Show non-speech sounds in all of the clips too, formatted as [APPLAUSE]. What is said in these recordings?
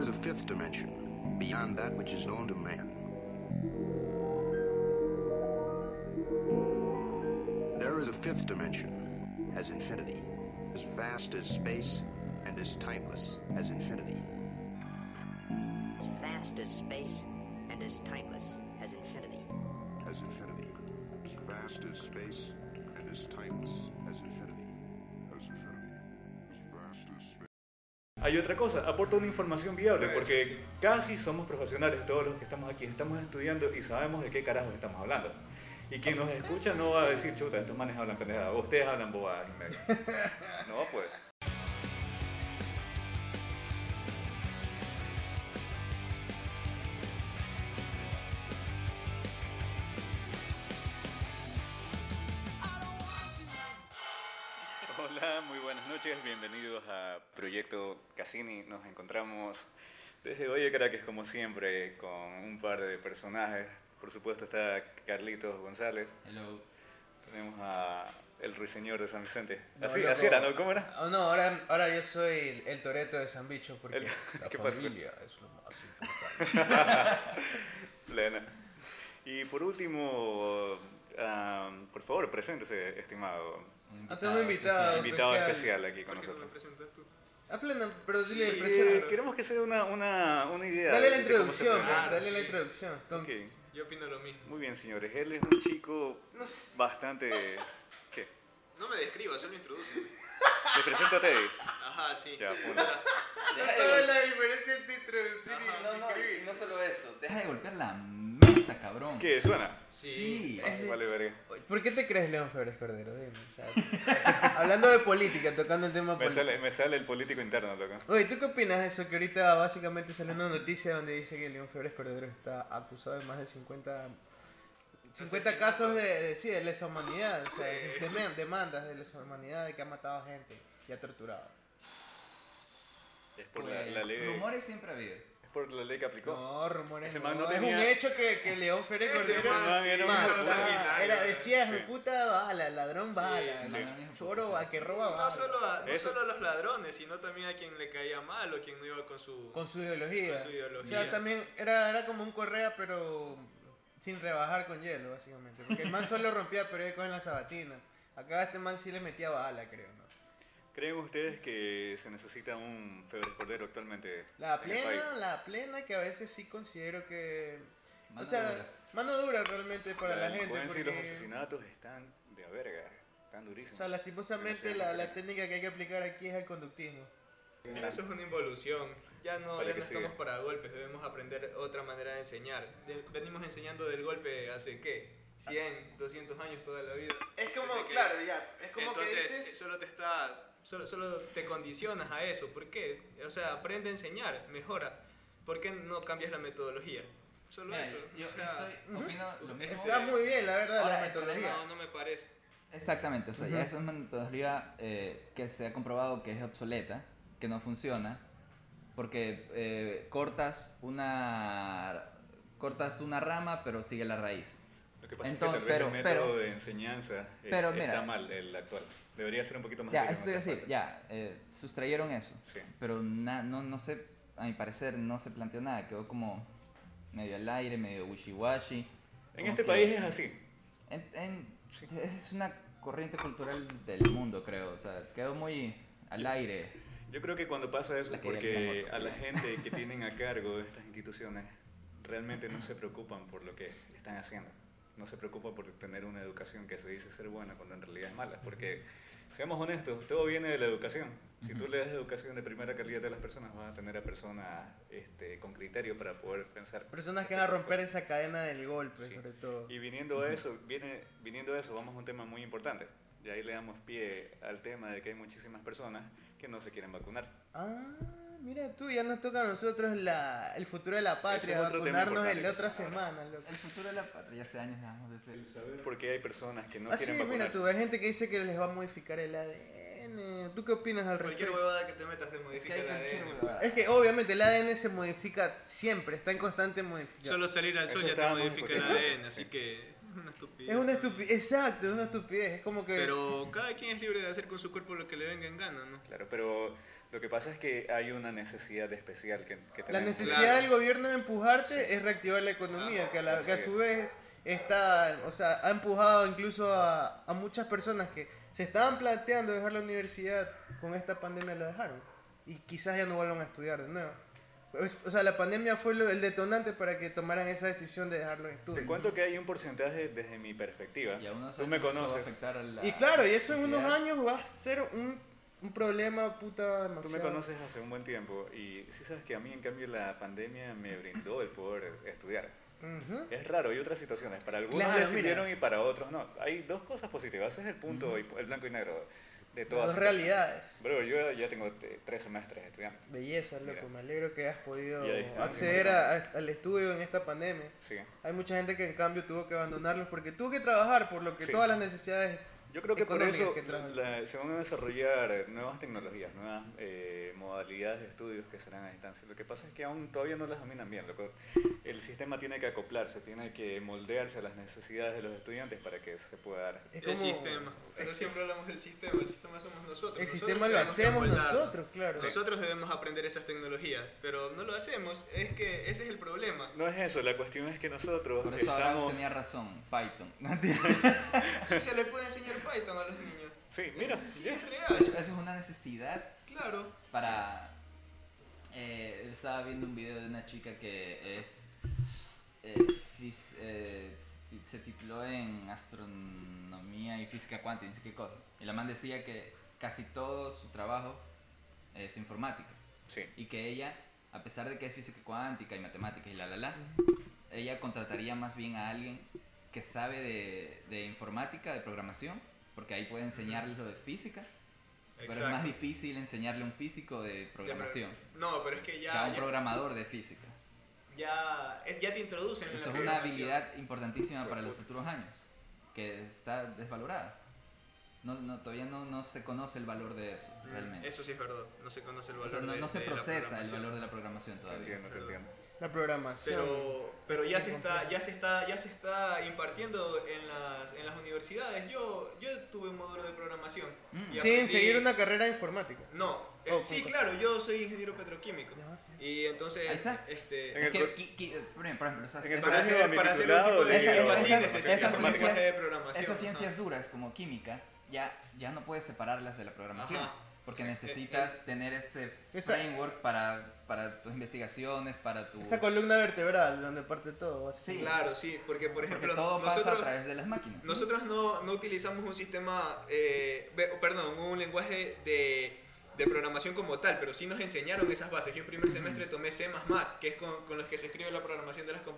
is a fifth dimension, beyond that which is known to man. There is a fifth dimension, as infinity, as vast as space, and as timeless as infinity. as vast as space and as timeless as infinity. As infinity, as vast as space, and as timeless as infinity. As infinity, as vast as space. Hay otra cosa, aporta una información viable, Ah, eso porque sí. casi somos profesionales todos los que estamos aquí, estamos estudiando y sabemos de qué carajos estamos hablando. Y quien nos escucha no va a decir, chuta, estos manes hablan pendejada, ustedes hablan bobadas y [LAUGHS] medio. No, pues. Hola, muy buenas noches, bienvenidos a Proyecto Cassini. Nos encontramos desde Valle Caracas, como siempre, con un par de personajes. Por supuesto está Carlitos González. Hello. Tenemos a el ruiseñor de San Vicente. No, así, loco. así era, ¿no? ¿Cómo era? Oh, no, ahora, ahora yo soy el, el Toreto de San Bicho porque El- la ¿qué pasó? familia es lo más importante. Lena. Y por último, am, por favor, preséntese, estimado Ah, tengo un invitado, invitado especial aquí con nosotros. Ah, plena, pero dile, Eh, presenta. queremos que sea una, una, una idea. Dale la de cómo se introducción, presenta. pues, dale la introducción. Don- Ok. Yo opino lo mismo. Muy bien, señores. Él es un chico No sé. bastante... ¿Qué? No me describas, [LAUGHS] solo introdúceme. Te presento a Teddy. Ajá, sí. Ya, punto. ¿Sabes la diferencia entre introducir Ajá, y no, no, y no solo eso? Deja de golpear la mesa, cabrón. ¿Qué? ¿Suena? Sí. Sí. Vale, verga. ¿Por qué te crees León Flores Cordero? Dime. o sea, [LAUGHS] hablando de política, tocando el tema Me político. sale, me sale el político interno, loco. Oye, ¿tú qué opinas de eso? Que ahorita básicamente salió una noticia donde dice que León Febres Cordero está acusado de más de 50, 50 casos de, de, sí, de lesa humanidad, o sea, de- de- demandas de lesa humanidad, de que ha matado a gente y ha torturado. Es por la, la Pues, ley, Rumores siempre ha habido. es por la ley que aplicó. No, rumores. Ese no, man no es un tenía- hecho que, que León Febres Ese Cordero man man sí, era un mataba, sanguinario. era, decía, Sí. puta bala, ladrón bala, sí. choro a que roba bala. No solo a, no Eso. solo a los ladrones, sino también a quien le caía mal o quien no iba con su... Con su ideología. Con su ideología. O sea, también era, era como un Correa, pero sin rebajar con hielo, básicamente. Porque el [LAUGHS] man solo rompía periódicos en la sabatina. Acá este man sí le metía bala, creo, ¿no? ¿Creen ustedes que se necesita un Febre Cordero actualmente La en el país? plena, la plena que a veces sí considero que... Mano o sea, dura. mano dura realmente para la, gente. delincuencia Porque, y los asesinatos están de a verga, están o durísimos. sea, lastimosamente Demasiado la, la plena. técnica que hay que aplicar aquí es el conductismo. Eso es una involución. Ya no, Para ya que no estamos siga. para golpes, debemos aprender otra manera de enseñar. De- venimos enseñando del golpe hace, ¿qué? 100, 200 años toda la vida. Es como, Desde que- claro, ya. Es como Entonces, eh, que dices... solo te estás, solo, solo te condicionas a eso. ¿Por qué? O sea, aprende a enseñar, mejora. ¿Por qué no cambias la metodología? Solo Mira, eso. Eh, yo o sea, estoy, opino lo Este mismo. Está muy bien, la verdad, Ahora, la el metodología. no, no me parece. Exactamente, o sea, Ujú. ya eso es una metodología eh, que se ha comprobado que es obsoleta, que no funciona, porque eh, cortas una cortas una rama pero sigue la raíz. Lo que pasa Entonces, es que tal vez pero- el método pero- de enseñanza eh, pero está mira. mal, el actual. Debería ser un poquito más Ya, libre eso en te iba a otras decir, ya, eh, sustrayeron eso, partes. Sí. pero na- no, no sé, a mi parecer no se planteó nada, quedó como medio al aire, medio wishy-washy. En como este que- país es así. En- en- Sí. Es una corriente cultural del mundo, creo. O sea, quedó muy al aire. Yo creo que cuando pasa eso La es que ya porque entramos a la otro. gente que tienen a cargo estas instituciones realmente no se preocupan por lo que están haciendo. No se preocupan por tener una educación que se dice ser buena cuando en realidad es mala. Porque, seamos honestos, todo viene de la educación. Si tú le das educación de primera calidad a las personas, vas a tener a personas este, con criterio para poder pensar. Personas que van a romper esa cadena del golpe, Sí. sobre todo. Y viniendo a eso, viene, viniendo a eso, vamos a un tema muy importante. Y ahí le damos pie al tema de que hay muchísimas personas que no se quieren vacunar. Ah, mira tú, ya nos toca a nosotros la, el futuro de la Ese patria, es otro tema vacunarnos importante en que la otra se habla. semana, loco. El futuro de la patria, hace años dejamos de ser. Porque hay personas que no ah, sí, quieren mira vacunarse. tú, hay gente que dice que les va a modificar el ADN. ¿Tú qué opinas al Cualquier respecto? huevada que te metas te Es que modifica hay el cualquier ADN. huevada. Es que obviamente el ADN se modifica siempre, está en constante modificación. pues. Solo salir al Eso sol ya te estábamos modifica el discutiendo. ADN, así Sí. que [LAUGHS] una estupidez. estupidez. Es una estupidez, exacto, es una estupidez. Es como que. Pero cada quien es libre de hacer con su cuerpo lo que le venga en gana, ¿no? Claro, pero lo que pasa es que hay una necesidad especial que, que la tenemos. necesidad Claro. del gobierno de empujarte es reactivar la economía, Ah, que, a la- que a así su es. vez está, o sea, ha empujado incluso a, a muchas personas que se estaban planteando dejar la universidad, con esta pandemia lo dejaron. Y quizás ya no vuelvan a estudiar de nuevo. Es- o sea, la pandemia fue lo- el detonante para que tomaran esa decisión de dejar los Te estudios. cuento que hay un porcentaje desde mi perspectiva. Y aún no Tú sabes me cómo eso va a conoces. afectar a la Y claro, y eso en sociedad. unos años va a ser un, un problema puta demasiado. Tú me conoces hace un buen tiempo y sí sabes que a mí en cambio la pandemia me brindó el poder estudiar. Ujú. Es raro, hay otras situaciones. Para algunos Claro, les sirvieron mira. y para otros no. Hay dos cosas positivas, ese es el punto, y- el blanco y negro de todas. Dos situaciones. realidades. Bro, yo ya tengo te- tres semestres estudiando. Belleza, loco. Mira. Me alegro que has podido Y ahí está, acceder a- a- al estudio en esta pandemia. Sí. Hay mucha gente que en cambio tuvo que abandonarlos porque tuvo que trabajar por lo que Sí. todas las necesidades. Yo creo que por económicas eso que trajo el- la- se van a desarrollar eh, nuevas tecnologías, nuevas eh, modalidades de estudios que serán a distancia. Lo que pasa es que aún todavía no las dominan bien. loco. El sistema tiene que acoplarse, tiene que moldearse a las necesidades de los estudiantes para que se pueda dar. Es el como- sistema. Pero siempre hablamos del sistema, el sistema somos nosotros. El nosotros sistema lo tenemos que hacemos moldarlo. nosotros, claro. Nosotros debemos aprender esas tecnologías, pero no lo hacemos, es que ese es el problema. No es eso, la cuestión es que nosotros Por eso ahora estamos... tenía razón, Python. [LAUGHS] Mentira. [LAUGHS] Sí se le puede enseñar Python a los niños. Sí, mira, Sí, ya. es real, eso es una necesidad claro. para eh, yo estaba viendo un video de una chica que es eh, fis- eh, t- se tituló en astronomía y física cuántica, no sé qué cosa. Y la man decía que casi todo su trabajo es informática sí. y que ella, a pesar de que es física cuántica y matemáticas y la la la, ella contrataría más bien a alguien que sabe de, de informática, de programación, porque ahí puede enseñarles lo de física. Pero es más difícil enseñarle a un físico de programación No, pero es que que a ya, un ya, programador de física. ya, es- ya te introducen en Eso la es una programación. habilidad importantísima Hijo de para los puta. futuros años, que está desvalorada. No, no, todavía no, no se conoce el valor de eso, Mm, realmente. Eso sí es verdad, no se conoce el O valor sea, no, de- no se de la procesa el programación. valor de la programación Te todavía. entiendo, te entiendo. La programación. pero pero ya Es se está complejo. ya se está ya se está impartiendo en las, en las universidades yo yo tuve un módulo de programación Mm. Sin y aprendí- seguir una carrera informática. no eh, Oh, sí con- claro yo soy ingeniero petroquímico Ya. y entonces Ahí está. este En Es el que, pro- qui- qui- por ejemplo, esas, en el para programa- esas, hacer, mi para hacer un titulado tipo de de- video esas- así esas- necesitas esas matemáticas de ciencias- programación esas ajá. ciencias duras como química, ya, ya no puedes separarlas de la programación. Ajá. Porque Sí, eh, necesitas tener ese Esa- framework para, para tus investigaciones, para tu... Esa columna vertebral donde parte todo. así. Sí. claro sí porque por Porque ejemplo todo pasa a nosotros través de las máquinas. Nosotros no, no utilizamos un sistema, eh, ve- perdón, un lenguaje de, de programación como tal, pero sí nos enseñaron esas bases. Yo en primer semestre tomé C++, que es con, con los que se escribe la programación de las En, la-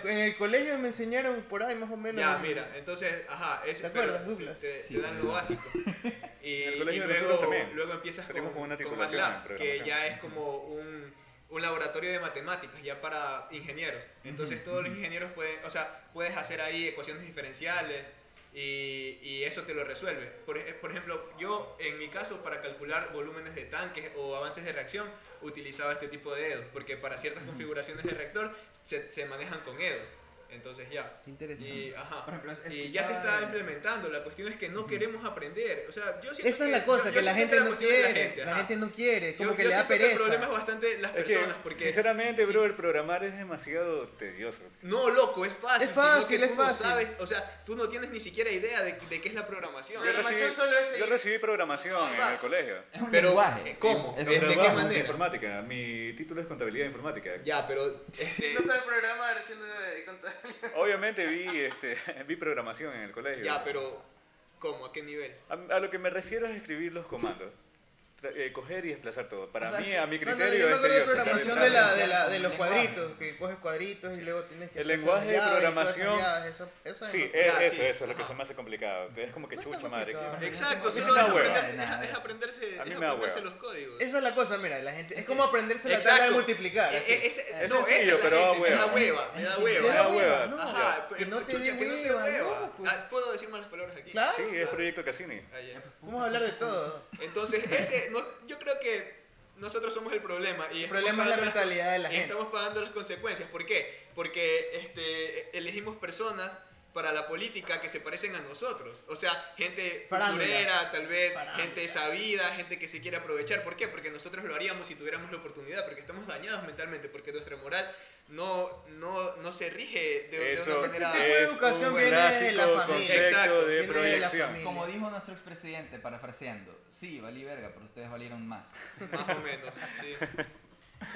computadoras. en el colegio me enseñaron por ahí más o menos. Ya, mira, entonces, ajá, eso ¿Te acuerdas, Douglas? Te, te Sí, dan lo Douglas. básico. [LAUGHS] Y, En el y colegio de luego, nosotros también. luego empiezas con, Tenemos como una con más titulación en lab, que programación. ya es como un, un laboratorio de matemáticas, ya para ingenieros. Entonces Ujú, todos los ujú. ingenieros pueden, o sea, puedes hacer ahí ecuaciones diferenciales y, y eso te lo resuelve. Por, ej- por ejemplo, yo en mi caso para calcular volúmenes de tanques o avances de reacción utilizaba este tipo de dedos, porque para ciertas configuraciones de reactor se, se manejan con E dedos. Entonces ya. Qué interesante. Y, ajá, Por ejemplo, es- y ya se escuchaba- está implementando. La cuestión es que no queremos aprender. O sea, yo siento Esa es que- la cosa, yo- yo que la siento gente no cuestión es quiere. la La gente, ajá. no quiere, como Yo- que yo le da siento pereza. El problema es bastante las Es que, personas, porque. sinceramente, sí. bro, el programar es demasiado tedioso. No, loco, es fácil. Es fácil, sino que es tú no fácil. sabes, o sea, tú no tienes ni siquiera idea de, de qué es la programación. Yo recibí, solo es- yo recibí programación en el Vas. colegio. es un pero, lenguaje. eh, ¿cómo? Es Eh, ¿de un qué Trabajo en lenguaje. manera? Informática. Mi título es contabilidad informática. Ya, pero. este, sabe programar, siendo de Obviamente vi, este, [LAUGHS] vi programación en el colegio. ya, pero. ¿Cómo? ¿A qué nivel? A, a lo que me refiero es escribir los comandos. Tra- eh, coger y desplazar todo. Para O sea, mí, a mi No, criterio, no, yo me es acuerdo de tedioso. programación Claro, de, la, claro. de, la, de los Lenguaje. cuadritos, que coges cuadritos y luego tienes que... El hacer lenguaje de las llaves y todas esas programación- llaves, Eso, eso es Sí, lo- es- Ya, eso, sí. eso es lo que se Ajá. me hace complicado. Es como que No está chucha madre. complicado. ¿qué- Exacto, A mí solo me es da hueva. aprenderse, Nada de es eso. aprenderse, A mí es me da aprenderse hueva. los códigos. Esa es la cosa, mira, la gente... Es como aprenderse la tabla de Exacto. multiplicar. E- así. e- ese- Es no, esa sencillo, la pero da gente, me da hueva. hueva, me da Me hueva. Me da la hueva, no, Ajá, eh, que no te chucha, dé que no te hueva, hueva. no, pues. Ah, Puedo decir malas palabras aquí. Claro. Sí, es proyecto Cassini. Ah, ya. Vamos a hablar de todo. Entonces, ese, no, yo creo que nosotros somos el problema. Y estamos problema es la pagando las con- mentalidad de la y gente. estamos pagando las consecuencias. ¿Por qué? Porque este, elegimos personas para la política que se parecen a nosotros. O sea, gente Farándula. usurera, tal vez, gente sabida, gente que se quiere aprovechar. ¿Por qué? Porque nosotros lo haríamos si tuviéramos la oportunidad, porque estamos dañados mentalmente, porque nuestra moral no, no, no se rige de, de Eso una Ese manera... tipo de educación un viene de la clásico familia. concepto Exacto, de viene de la proyección. familia. Como dijo nuestro expresidente, parafraseando, sí, valí verga, pero ustedes valieron más. Más o menos, sí.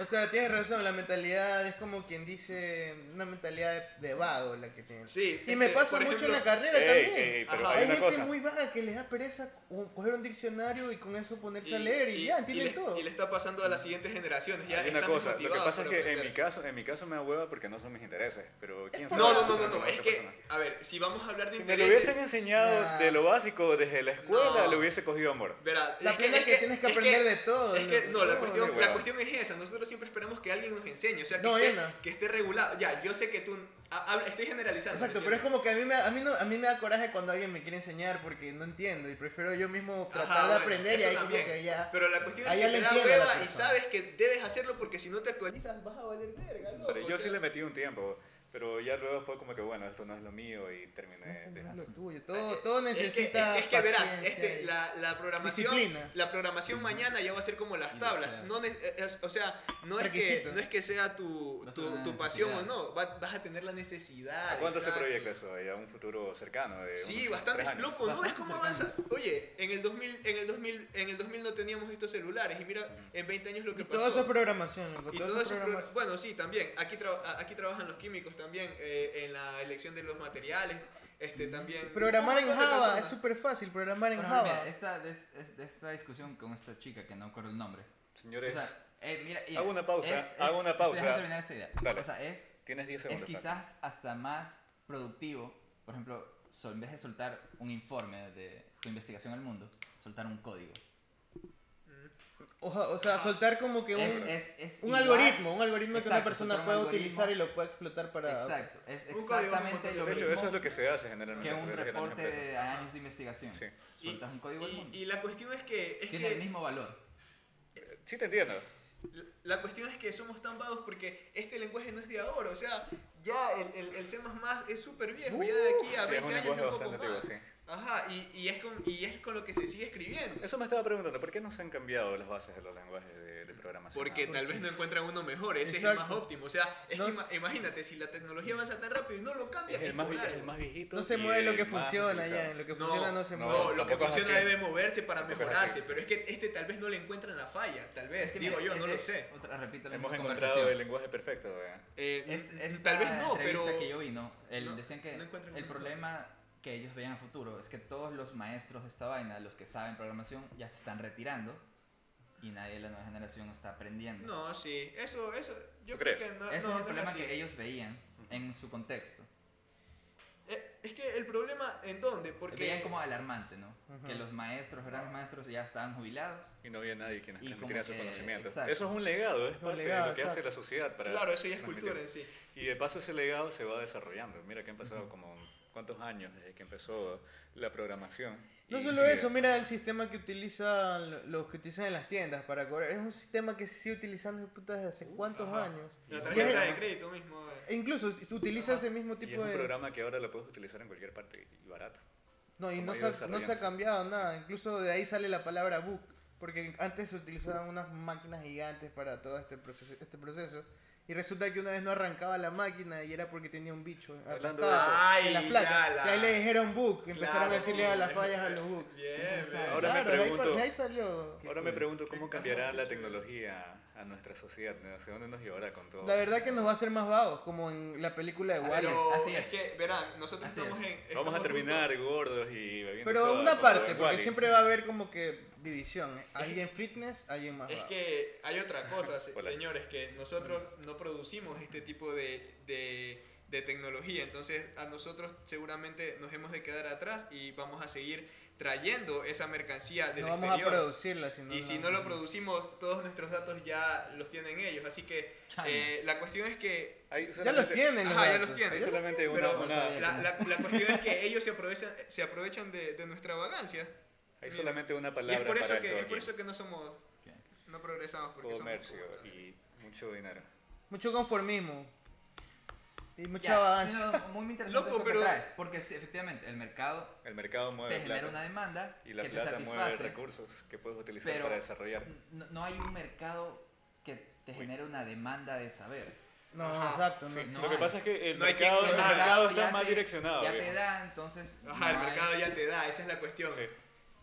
O sea, tienes razón, la mentalidad es como quien dice una mentalidad de, de vago la que tienen. Sí, y me este, pasa por mucho en ejemplo- la carrera Ey, también. ey, ey, pero Ajá. Hay hay una gente cosa. muy vaga que les da pereza co- coger un diccionario y con eso ponerse a Y- leer y, y- ya y entienden le, todo. Y le está pasando a las siguientes generaciones. Ya Hay una están cosa, lo que desmotivados pasa es por que en aprender. mi caso, en mi caso me da hueva porque no son mis intereses, pero quién sabe. No, si no, son no, no, de no. otra Es que, persona. a ver, si vamos a hablar de Si me lo intereses. hubiesen enseñado Nah. de lo básico desde la escuela, No. le hubiese cogido amor. verá, La es pena es que tienes que aprender de todo, Es que, loco. no, la No, cuestión, qué la hueva. cuestión es esa. Nosotros siempre esperamos que alguien nos enseñe. O sea, que, No, esté, Elena. que esté regulado. Ya, yo sé que tú. ha- habla- estoy generalizando. Exacto, ¿me pero es como entiendes? que a mí, me, a, mí no, a mí me da coraje cuando alguien me quiere enseñar porque no entiendo y prefiero yo mismo tratar Ajá, de bueno, aprender y eso ahí como también. que ya... Pero la cuestión ahí es ya que le te da entiendo a la hueva y persona. sabes que debes hacerlo porque si no te actualizas vas a valer verga. loco, Pero yo o sí sea. le metí un tiempo, pero ya luego fue como que bueno, esto no es lo mío y Este terminé No es dejando. lo tuyo, todo, todo Es que- necesita es que, verás, paciencia este, y- la, la programación Disciplina. la programación mañana ya va a ser como las Y tablas deseo. no ne- eh, es- o sea no es, que, Requisito. no es que sea tu, Va a ser tu, una tu pasión o necesidad. no va- vas a tener la necesidad ¿A cuánto se Ah, exacto. proyecta eso? ¿A un futuro cercano? de sí unos bastante tres años? loco no ves Bastante cómo cercano. avanza oye en el 2000 en el 2000 en el 2000 no teníamos estos celulares y mira en 20 años lo que y pasó todo eso es programación, loco, y todo eso todo es eso es pro- programación. bueno, sí, también. Aquí, traba- a- aquí trabajan los químicos también eh, en la elección de los materiales. Este, también. Programar Un en montón de Java personas. es súper fácil, programar en Pero Java. mira, esta, de, es- de esta discusión con esta chica que no recuerdo el nombre. O Señores, sea, eh, mira, mira, Hago una pausa, es- es- hago una pausa. Déjame terminar esta idea. Dale. O sea, es tienes 10 es segundos. Paco. quizás hasta más productivo, por ejemplo, so- en vez de soltar un informe de tu investigación al mundo, soltar un código. O, o sea, soltar como que un, Es, es, es un igual- algoritmo, un algoritmo que una Exacto, persona soltar un puede algoritmo. utilizar y lo puede explotar para... Exacto, es Un código, un exactamente montón lo de De hecho, eso es mismo lo que se hace que generalmente. un en las grandes reporte empresas. de años de investigación. Sí. Y- Soltas un código al y- mundo. Y la cuestión es que. Es Tiene que el mismo valor. Sí te entiendo. la- La cuestión es que somos tan vagos porque este lenguaje no es de ahora, o sea, ya el, el, el C++ es súper viejo, ya de aquí a Uh, Sí, es 20 un años lenguaje y un poco bastante más. antiguo, sí. Ajá, y, y, es con, y es con lo que se sigue escribiendo. Eso me estaba preguntando, ¿por qué no se han cambiado las bases de los lenguajes de, de programación? Ah, Porque tal vez no encuentran uno mejor, ese es el Exacto. más óptimo. O sea, es que No ima- s- imagínate, si la tecnología avanza tan rápido y no lo es cambian, el es más, por vi- es algo. el más viejito. No se y mueve lo el que más funciona utilizado. ya, lo que No, funciona no se no, mueve. lo que tampoco es funciona así. debe moverse para Tampoco es mejorarse, así. pero es que este tal vez no le encuentran la falla, tal vez, Es que digo mira, yo, es no de- lo sé. Otra, repito la Hemos misma encontrado el conversación. lenguaje perfecto. ¿verdad? Eh, Es- n- esta tal vez no, entrevista pero... que yo vi, ¿no? El- no- decían que no encuentran el una. problema que ellos veían a futuro es que todos los maestros de esta vaina, los que saben programación, ya se están retirando y nadie de la nueva generación está aprendiendo. No, sí, eso, eso, yo ¿Tú creo crees? que no, Ese no, es el no problema así. que ellos veían en su contexto. Eh, es que el problema, ¿en dónde? Porque... Veían como alarmante, ¿no? Ujú. Que los maestros, grandes maestros, ya estaban jubilados. Y no había nadie quien Y como transmitiera su que- conocimiento. exacto. Eso es un legado, es parte legado, de lo que hace exacto. la sociedad. Para Claro, eso ya es transmitir. cultura en sí. Y de paso ese legado se va desarrollando. Mira que han pasado como cuántos años desde que empezó la programación. No Y solo sigue. eso, mira el sistema que utilizan los que utilizan en las tiendas para cobrar. Es un sistema que se sigue utilizando puta, desde hace cuántos Ajá. años. Ah, La Y tarjeta es- de crédito mismo. eh. e incluso se utiliza ese mismo Y es tipo un de... programa que ahora lo puedes utilizar en cualquier parte y barato. No, y como no ha ido se, ha, no se ha desarrollándose. cambiado nada. Incluso de ahí sale la palabra book. Porque antes se utilizaban unas máquinas gigantes para todo este proceso, este proceso. Y resulta que una vez no arrancaba la máquina y era porque tenía un bicho Hablando atascado de eso. Ay, en las ya placas. la- Y ahí le dijeron book. Empezaron Claro, a decirle a las es- fallas a los books. Bien, Interesante. bien. Ahora me Claro, de ahí- pregunto- de ahí salió. Ahora me pregunto cómo Qué cambiará carajo, la qué chévere. tecnología a nuestra sociedad, ¿no? hacia dónde nos llevará con todo. La verdad que nos va a hacer más vagos, como en la película de Así Wall. Pero así es es. que, verán, nosotros Así estamos es. en... Vamos estamos a terminar gordos y bebiendo Pero soda una con todo parte, el porque Wally. siempre va a haber como que división. ¿eh? Alguien fitness, alguien más Es vago. que hay otra cosa, se- Hola. señores, que nosotros no producimos este tipo de, de- de tecnología, entonces a nosotros seguramente nos hemos de quedar atrás y vamos a seguir trayendo esa mercancía del No vamos a exterior. producirla. Si no y si no lo producimos, todos nuestros datos ya los tienen ellos, así que China. eh, la cuestión es que Hay Ya los solamente- tienen. Ajá, ya datos. los tienen. Hay solamente una, Pero una- la, la- la cuestión es que ellos se aprovechan, se aprovechan de, de nuestra vagancia. hay Mira. solamente una Y es palabra por eso para que, esto es por aquí. eso que no somos, Ok. no progresamos porque somos comercio como- y mucho dinero. Mucho conformismo. Y mucho Ya, avance. sino muy interesante Loco, eso que pero- traes, porque sí, efectivamente el mercado El mercado mueve te genera plata. una demanda y la que te plata mueve satisface. recursos que puedes utilizar pero para desarrollar. No, no hay un mercado que te genere una demanda de saber. No, Ajá, exacto. No, sí, no Lo que hay. pasa es que el No hay que mercado, el explotar. mercado ya está te- más direccionado. Ya viejo. te da, entonces. Ajá, Ah, el no hay- mercado ya te da, esa es la cuestión. Sí.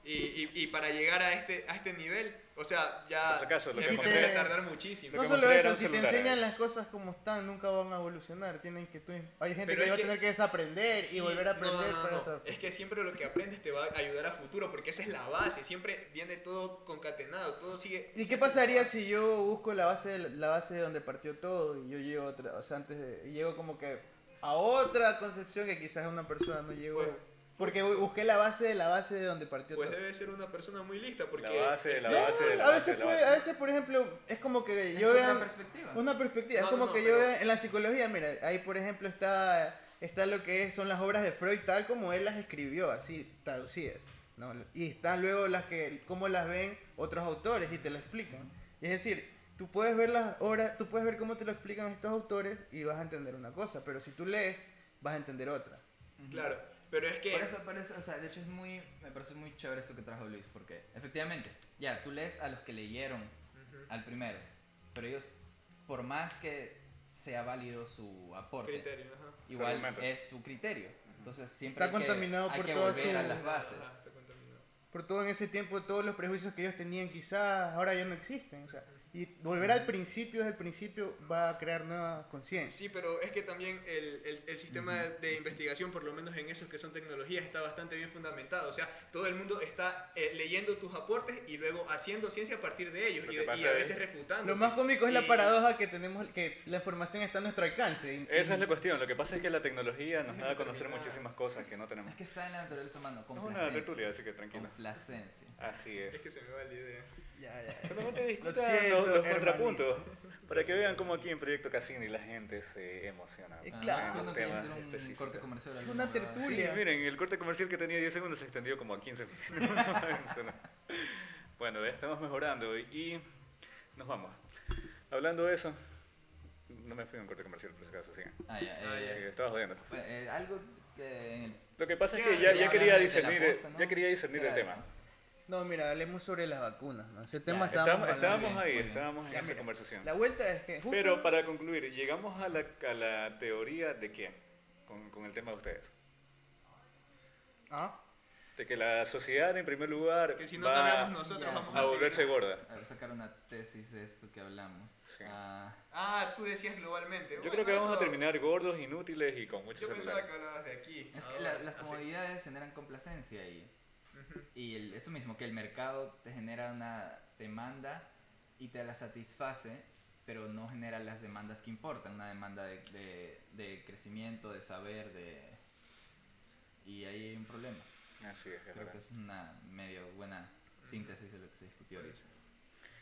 Y, y, y para llegar a este, a este nivel, o sea, ya Por si acaso, lo se que podría compré- tardar muchísimo. No que solo compré era eso, un si te celular, enseñan eh. las cosas como están, nunca van a evolucionar. Tienen que tú. Hay gente que Pero es va a que- tener que desaprender Sí, y volver a no, no, aprender no, para no. otra. Es que siempre lo que aprendes te va a ayudar a futuro, porque esa es la base, siempre viene todo concatenado, todo sigue... ¿Y se qué hace- pasaría si yo busco la base, de- la base de donde partió todo y yo llego otra, o sea, antes de, y llego como que a otra concepción que quizás una persona no llegó? Bueno. porque bu- busqué la base de la base de donde partió Pues todo. debe ser una persona muy lista, porque... La base de la No, base de la a base. veces de la puede- base. a veces, por ejemplo, es como que es yo otra vea perspectiva. una perspectiva, No, es como no, que no, yo pero- vea en la psicología, mira, ahí por ejemplo está está lo que es- son las obras de Freud tal como él las escribió, así traducidas, ¿no? Y están luego las que cómo las ven otros autores y te lo explican. Y es decir, tú puedes ver las obras, tú puedes ver cómo te lo explican estos autores y vas a entender una cosa, pero si tú lees vas a entender otra. Ujú. Claro, pero es que... Por eso, por eso, o sea, de hecho es muy, me parece muy chévere esto que trajo Luis, porque efectivamente, ya, tú lees a los que leyeron Ujú. al primero, pero ellos, por más que sea válido su aporte, Criterio, ajá. igual argumento. es su criterio. Entonces siempre Está hay que- contaminado hay por que toda volver su- a las bases. Ajá, está contaminado. Por todo en ese tiempo, todos los prejuicios que ellos tenían quizás ahora ya no existen. O sea, y volver al principio desde el principio va a crear nuevas conciencias. Sí, pero es que también el, el- el sistema de investigación, por lo menos en esos que son tecnologías, está bastante bien fundamentado. O sea, todo el mundo está eh, leyendo tus aportes y luego haciendo ciencia a partir de ellos Lo y, que de- y pasa a es- veces refutando. Lo más cómico es la Y- paradoja que tenemos, que la información está a nuestro alcance. Y- Esa es la cuestión. Lo que pasa es que la tecnología nos Déjame da a conocer terminar. muchísimas cosas que no tenemos. Es que está en la naturaleza humana, No es una tertulia, complacencia. así que tranquilo. Complacencia. Así Es es. que se me va la idea. Ya, ya. Solamente discutan siento, los, los hermanito. contrapuntos. Para que vean cómo aquí en Proyecto Cassini la gente se emociona. Y Ah, claro. ¿tú no Temas querías hacer un específicos. corte comercial? Es alguna una huevada? Sí, Julia. miren, el corte comercial que tenía 10 segundos se extendió como a 15 minutos. [LAUGHS] bueno, ya estamos mejorando y nos vamos. Hablando de eso, no me fui a un corte comercial por si acaso, sí. Ah, ya, eh, Ah, Sí, ya. estaba jodiendo. bueno, eh, algo que en el Lo que pasa es Ya, que ya, quería ya hablar quería de la discernir, posta, ¿no? ya quería discernir el Era tema. eso. No, mira, hablemos sobre las vacunas. ¿no? Ese tema Ya, Estábamos, estábamos, hablando. estábamos Muy ahí, bien. estábamos en Ya, esa mira, conversación. La vuelta es que justo- Pero para concluir, llegamos a la, a la teoría de qué, con, con el tema de ustedes. Ah, De que la sociedad, en primer lugar, Que si no va cambiamos nosotros, ya, vamos a a volverse seguir. gorda. A ver, sacar una tesis de esto que hablamos. Sí. Ah, Ah, tú decías globalmente. Yo Bueno, creo que vamos a eso- terminar gordos, inútiles y con muchos Yo pensaba celulares. que hablabas de aquí. es que ahora, la- Ah, las así. comodidades generan complacencia y, Ujú. y el- eso mismo, que el mercado te genera una demanda y te la satisface, pero no genera las demandas que importan, una demanda de, de- de crecimiento, de saber, de... Y ahí hay un problema. Así es, es Creo verdad. que es una medio buena síntesis de lo que se discutió. ahorita.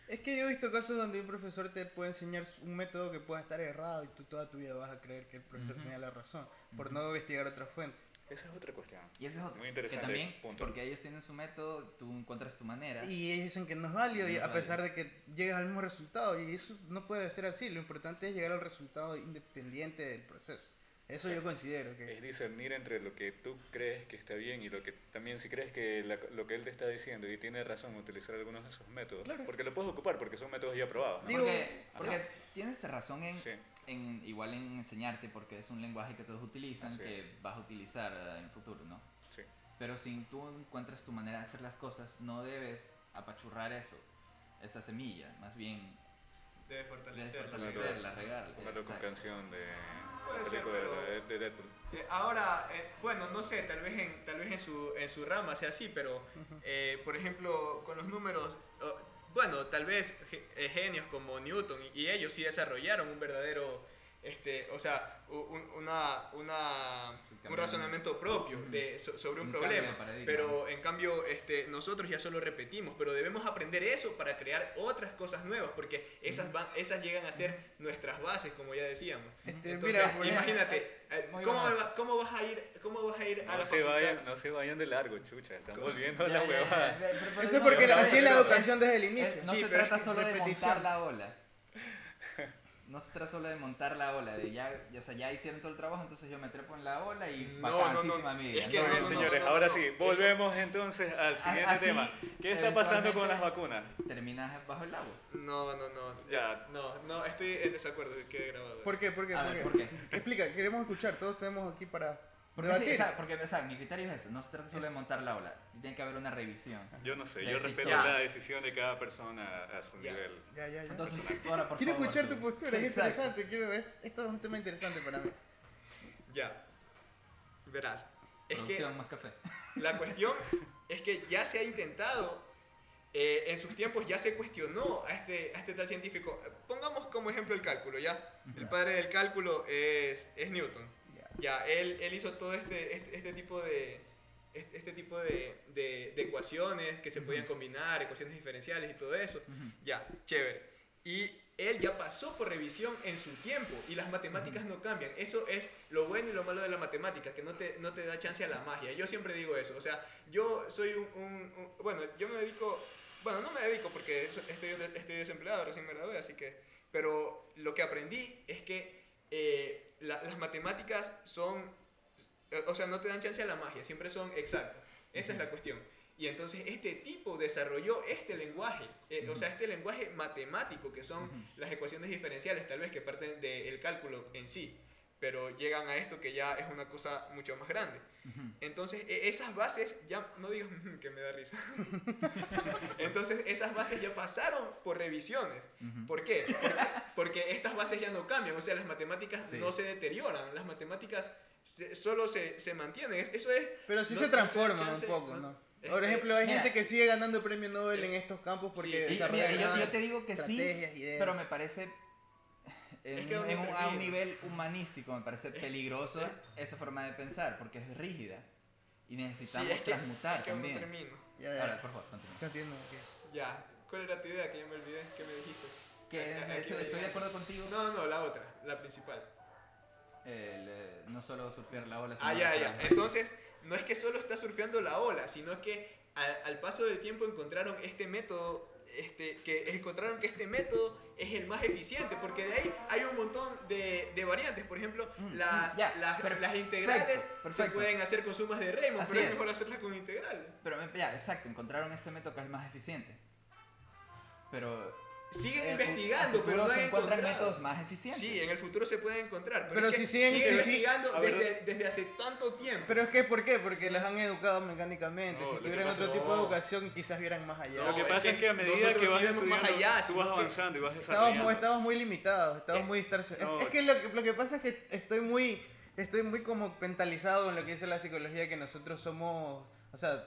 es que yo he visto casos donde un profesor te puede enseñar un método que pueda estar errado y tú toda tu vida vas a creer que el profesor Ujú. tenía la razón por Ujú. no investigar otra fuente. Esa es otra cuestión. Y eso es otro. Muy interesante Que también, punto. porque ellos tienen su método, tú encuentras tu manera. Y ellos dicen que no es válido, No y es a pesar de que llegas al mismo resultado, y eso no puede ser así. Lo importante es llegar al resultado independiente del proceso. Eso yo considero Eh, que. Es discernir entre lo que tú crees que está bien y lo que también si crees que la- lo que él te está diciendo y tiene razón utilizar algunos de esos métodos. Claro. Porque lo puedes ocupar porque son métodos ya probados. ¿no? Digo- porque porque Ajá. tienes razón en, Sí. en- igual en enseñarte, porque es un lenguaje que todos utilizan, Así que vas a utilizar eh, en el futuro, ¿no? Sí. Pero si tú encuentras tu manera de hacer las cosas, no debes apachurrar eso, esa semilla, más bien Debe debes fortalecer. fortalecerla, regarla. Póngalo con exacto. canción de, Puede de ser, película de- pero- de Deadpool. Eh, ahora, eh, bueno, no sé, tal vez en, tal vez en, su, en su rama sea así, pero eh, por ejemplo, con los números, oh, bueno, tal vez ge- eh, genios como Newton y, y ellos sí desarrollaron un verdadero, este, o sea, u- un, una, una- Sí, un cambiaron. razonamiento propio Ujú. de, so- sobre un, Un cambio de problema. paradigma. Pero en cambio, este, nosotros ya solo repetimos, pero debemos aprender eso para crear otras cosas nuevas, porque esas, van, esas llegan a ser nuestras bases, como ya decíamos. Este, Entonces, mira, por ejemplo- imagínate, eh, Ah, Muy ¿cómo, buenas. va- cómo vas a ir, cómo vas a ir a No la se, facultad? vayan, no se vayan de largo, chucha. Están volviendo a Ya, la ya, ya, huevada. ya, pero- pero- Eso es eh, no, porque pero- así es la pero- educación desde el es- inicio. No Sí, se pero trata es que solo de repetición. montar la ola. no se trata solo de montar la ola, de ya, o sea, ya hicieron todo el trabajo, entonces yo me trepo en la ola y No, no, no, bacanísima media. es que Muy no, bien, no, señores, no, no, ahora no, sí, eso- volvemos entonces al siguiente así, tema. ¿Qué está pasando con eventualmente- las vacunas? Terminas bajo el agua. No, no, no. Ya. No, no, estoy en desacuerdo que quede grabado. ¿Por qué? ¿Por qué? A ¿Por ver, qué? ¿por qué? Explica, queremos escuchar, todos tenemos aquí para Porque, sí, debatir. o sea, porque o sea, mi criterio es eso, no se trata solo de montar la ola, tiene que haber una revisión. Yo no sé, Ya yo existe. respeto Ya. la decisión de cada persona a su Ya. nivel. ya, ya, ya. Entonces, ahora por quiero favor, escuchar tu tú. postura, Sí, es exacto. interesante, quiero ver. Esto es un tema interesante para mí. Ya. Verás. Es que Producción, más café. la cuestión es que ya se ha intentado, eh, en sus tiempos ya se cuestionó a este, a este tal científico. Pongamos como ejemplo el cálculo, ¿ya? El padre del cálculo es, es Newton. Ya. Ya, él, él hizo todo este, este, este tipo de este, este tipo de, de- de ecuaciones que se podían combinar, ecuaciones diferenciales y todo eso. Ya, chévere. Y él ya pasó por revisión en su tiempo y las matemáticas no cambian. Eso es lo bueno y lo malo de la matemática, que no te, no te da chance a la magia. Yo siempre digo eso. O sea, yo soy un... un- un- bueno, yo me dedico... Bueno, no me dedico porque so- estoy, de- estoy desempleado, recién me gradué, así que... Pero lo que aprendí es que eh, la- las matemáticas son eh, o sea, no te dan chance a la magia, siempre son exactas. Esa es la cuestión. Y entonces este tipo desarrolló este lenguaje, eh, o sea, este lenguaje matemático que son las ecuaciones diferenciales, tal vez que parten del cálculo en sí, pero llegan a esto que ya es una cosa mucho más grande. Entonces, e- esas bases ya, no digas "Ujú", que me da risa. Entonces, esas bases ya pasaron por revisiones. ¿Por qué? Porque, porque estas bases ya no cambian, o sea, las matemáticas Sí. no se deterioran, las matemáticas se- solo se, se mantienen, es- eso es... Pero sí no- se no te da transforma un chance, poco, no- ¿no? es Por que- ejemplo, hay mira. Eh, gente que sigue ganando premio Nobel en estos campos porque sí, sí, Sí, mira, desarrolla yo, nuevas yo te digo que sí, estrategias, ideas. pero me parece en Es que un- es en un- a un entretenido. nivel humanístico, me parece peligroso esa forma de pensar, porque es rígida y necesitamos Sí, es que, transmutar es que aún no también. termino. Ya, ya. Ahora, por favor, continúa. No entiendo, ok. Ya, ¿cuál era tu idea? Que ya me olvidé, que me dijiste. Que A- a- de aquí hecho, voy Eh, estoy llegando. de acuerdo contigo. No, no, la otra, la principal. el, eh, no solo surfear la ola, Ah, sino ya, la- ya. Entonces, no es que solo está surfeando la ola, sino que al, al paso del tiempo encontraron este método, este, que encontraron que este método es el más eficiente, porque de ahí hay un montón de, de variantes. Por ejemplo, Mm, las, mm, ya, las, perfecto, las integrales se perfecto. pueden hacer con sumas de Raymond, Así pero es es. mejor hacerlas con integrales. Pero me- ya, exacto, encontraron este método que es el más eficiente. Pero Siguen eh, investigando, pero a futuro no han se encuentran encontrado. métodos más eficientes. Sí, en el futuro se pueden encontrar. Pero, Pero es que si siguen- si investigando siguen- a ver, desde, desde hace tanto tiempo. Pero es que, ¿por qué? Porque los han educado mecánicamente. No, si lo que tuvieran pasa- otro tipo de no. educación, quizás vieran más allá. No, Lo que es pasa que es que a medida nosotros que sí vas vemos más estudiando, allá, tú sino vas que- avanzando y vas Estamos, desarrollando. mu- estamos muy limitados, estamos muy distorsionados. Eh, no. Es, es que lo, que- lo que pasa es que estoy muy, estoy muy como mentalizado en lo que dice la psicología, que nosotros somos, o sea,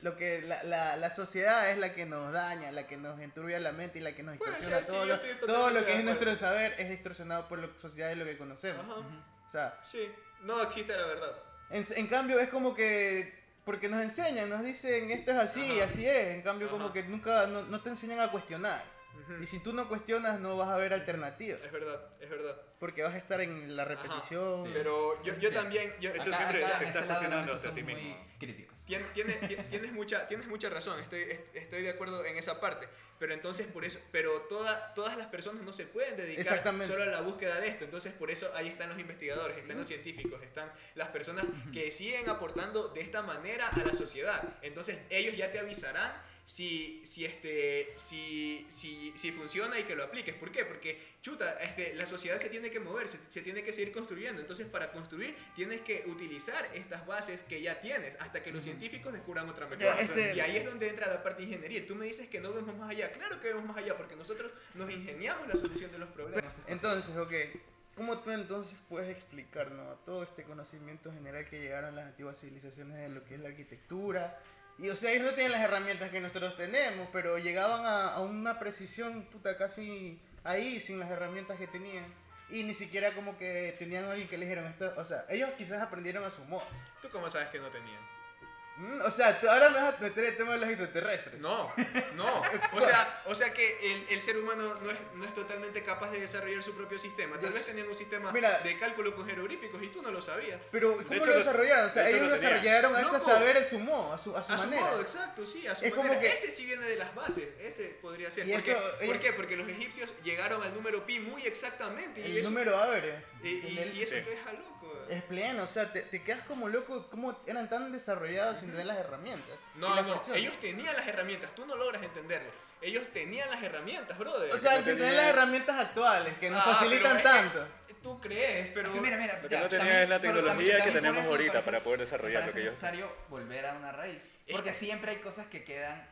lo que la, la, la sociedad es la que nos daña, la que nos enturbia la mente y la que nos Bueno, distorsiona sí, sí, todo, yo lo, estoy todo lo totalmente que de es nuestro acuerdo. saber es distorsionado por la sociedad y lo que conocemos. Ajá. O sea, Sí, no existe la verdad. en, en cambio es como que porque nos enseñan, nos dicen esto es así y Ajá. así es. En cambio como Ajá. que nunca no, no te enseñan a cuestionar. Ujú. Y si tú no cuestionas no vas a ver alternativas. Es verdad, es verdad. Porque vas a estar en la Ajá. repetición. Sí. Pero yo, yo Sí. también, yo, De Acá- hecho, siempre acá, te en estás este lado de cuestionando la mesa hasta ti somos muy mismo. críticos. Tien- Tienes, tien- tienes, mucha, tienes mucha razón, estoy, est- estoy de acuerdo en esa parte. Pero entonces, por eso, pero toda, todas las personas no se pueden dedicar Exactamente. solo a la búsqueda de esto. Entonces, por eso ahí están los investigadores, están los científicos, están las personas que siguen aportando de esta manera a la sociedad. Entonces, ellos ya te avisarán si, si, este, si, si, si funciona y que lo apliques. ¿Por qué? Porque, chuta, este, la sociedad se tiene que mover, se, se tiene que seguir construyendo. Entonces, para construir, tienes que utilizar estas bases que ya tienes hasta que los científicos descubran otra mejor. Ya, este- Y ahí es donde entra la parte de ingeniería. Tú me dices que no vemos más allá. Claro que vemos más allá porque nosotros nos ingeniamos la solución de los problemas. Entonces, ok. ¿Cómo tú entonces puedes explicarnos todo este conocimiento general que llegaron las antiguas civilizaciones de lo que es la arquitectura? Y o sea, ellos no tienen las herramientas que nosotros tenemos, pero llegaban a, a una precisión puta casi ahí sin las herramientas que tenían. Y ni siquiera como que tenían alguien que les dijeron esto. O sea, ellos quizás aprendieron a su modo. ¿Tú cómo sabes que no tenían? Mm, O sea, tú ahora me vas a meter el tema de los extraterrestres. No, no. O sea, o sea que el, el ser humano no es, no es totalmente capaz de desarrollar su propio sistema. Tal vez tenían un sistema Mira. de cálculo con jeroglíficos y tú no lo sabías. Pero, ¿cómo hecho, lo lo- desarrollaron? O sea, de hecho, ellos lo tenían. desarrollaron a No, ese po. saber en su modo, a su, a su A su manera. modo, exacto, sí, a su Es como manera. que- Ese sí viene de las bases, ese podría ser. Y ¿Por, eso, qué? eh, ¿Por qué? Porque los egipcios llegaron al número pi muy exactamente. el y eso, número abre. y, y- ¿entendés? y eso Sí. te deja loco. Es pleno, o sea, te, te quedas como loco cómo eran tan desarrollados sin tener las herramientas. y No, las no, versiones. ellos tenían las herramientas, tú no logras entenderlo. Ellos tenían las herramientas, brother. O sea, no sin tener tenían- las herramientas actuales que nos Ah, facilitan pero es que- tanto. Tú crees, pero... Es que mira, mira, Lo que ya, no tenía es la pero tecnología que también por tenemos eso me ahorita parece- para poder desarrollar me lo que yo- parece necesario volver a una raíz. Porque siempre hay cosas que quedan,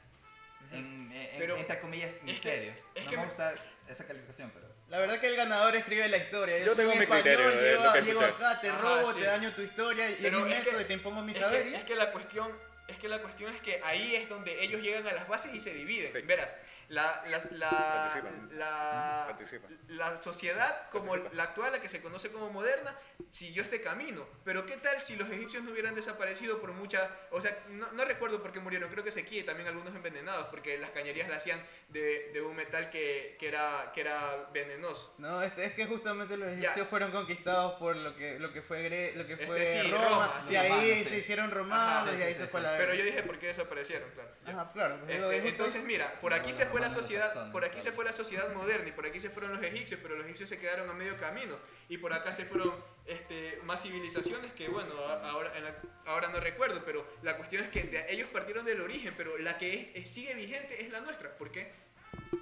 en, eh, en- Pero entre comillas, que- misterio. es no que me me- gusta esa calificación, pero... La verdad que el ganador escribe la historia. Yo, Yo soy tengo mi español, criterio, eh, llego, lo que llego escuché. acá, te Ah, robo, sí. te daño tu historia y Pero es mi es que- método y te impongo mi Es saber. que, y es que la cuestión es que la cuestión es que ahí es donde ellos llegan a las bases y se dividen. Sí. Verás, la, la- la- Participan. la- Participan. la sociedad como Participan. la actual, la que se conoce como moderna, siguió este camino. Pero qué tal si los egipcios no hubieran desaparecido por muchas, o sea, no, no recuerdo por qué murieron, creo que sequía y también algunos envenenados, porque las cañerías las hacían de, de un metal que, que era, que era venenoso. No, este, es que justamente los Ya. egipcios fueron conquistados por lo que, lo que fue, Gre- lo que Este, fue sí, Roma, Roma, y sí. ahí Romanos, se sí. hicieron romanos Ajá, sí, y ahí sí, se sí, fue sí. la Pero verga. yo dije por qué desaparecieron, claro. Ya. Ajá, claro. pues, Este, digo, es justo- entonces mira, por No, aquí no, se no, fue la no, no, sociedad, saxones, por aquí se claro. fue la sociedad moderna y por aquí se fueron los egipcios, pero los egipcios se quedaron a medio camino y por acá se fueron este, más civilizaciones que bueno, a- ahora, en la- ahora no recuerdo, pero la cuestión es que de- ellos partieron del origen, pero la que es- es- sigue vigente es la nuestra, ¿por qué?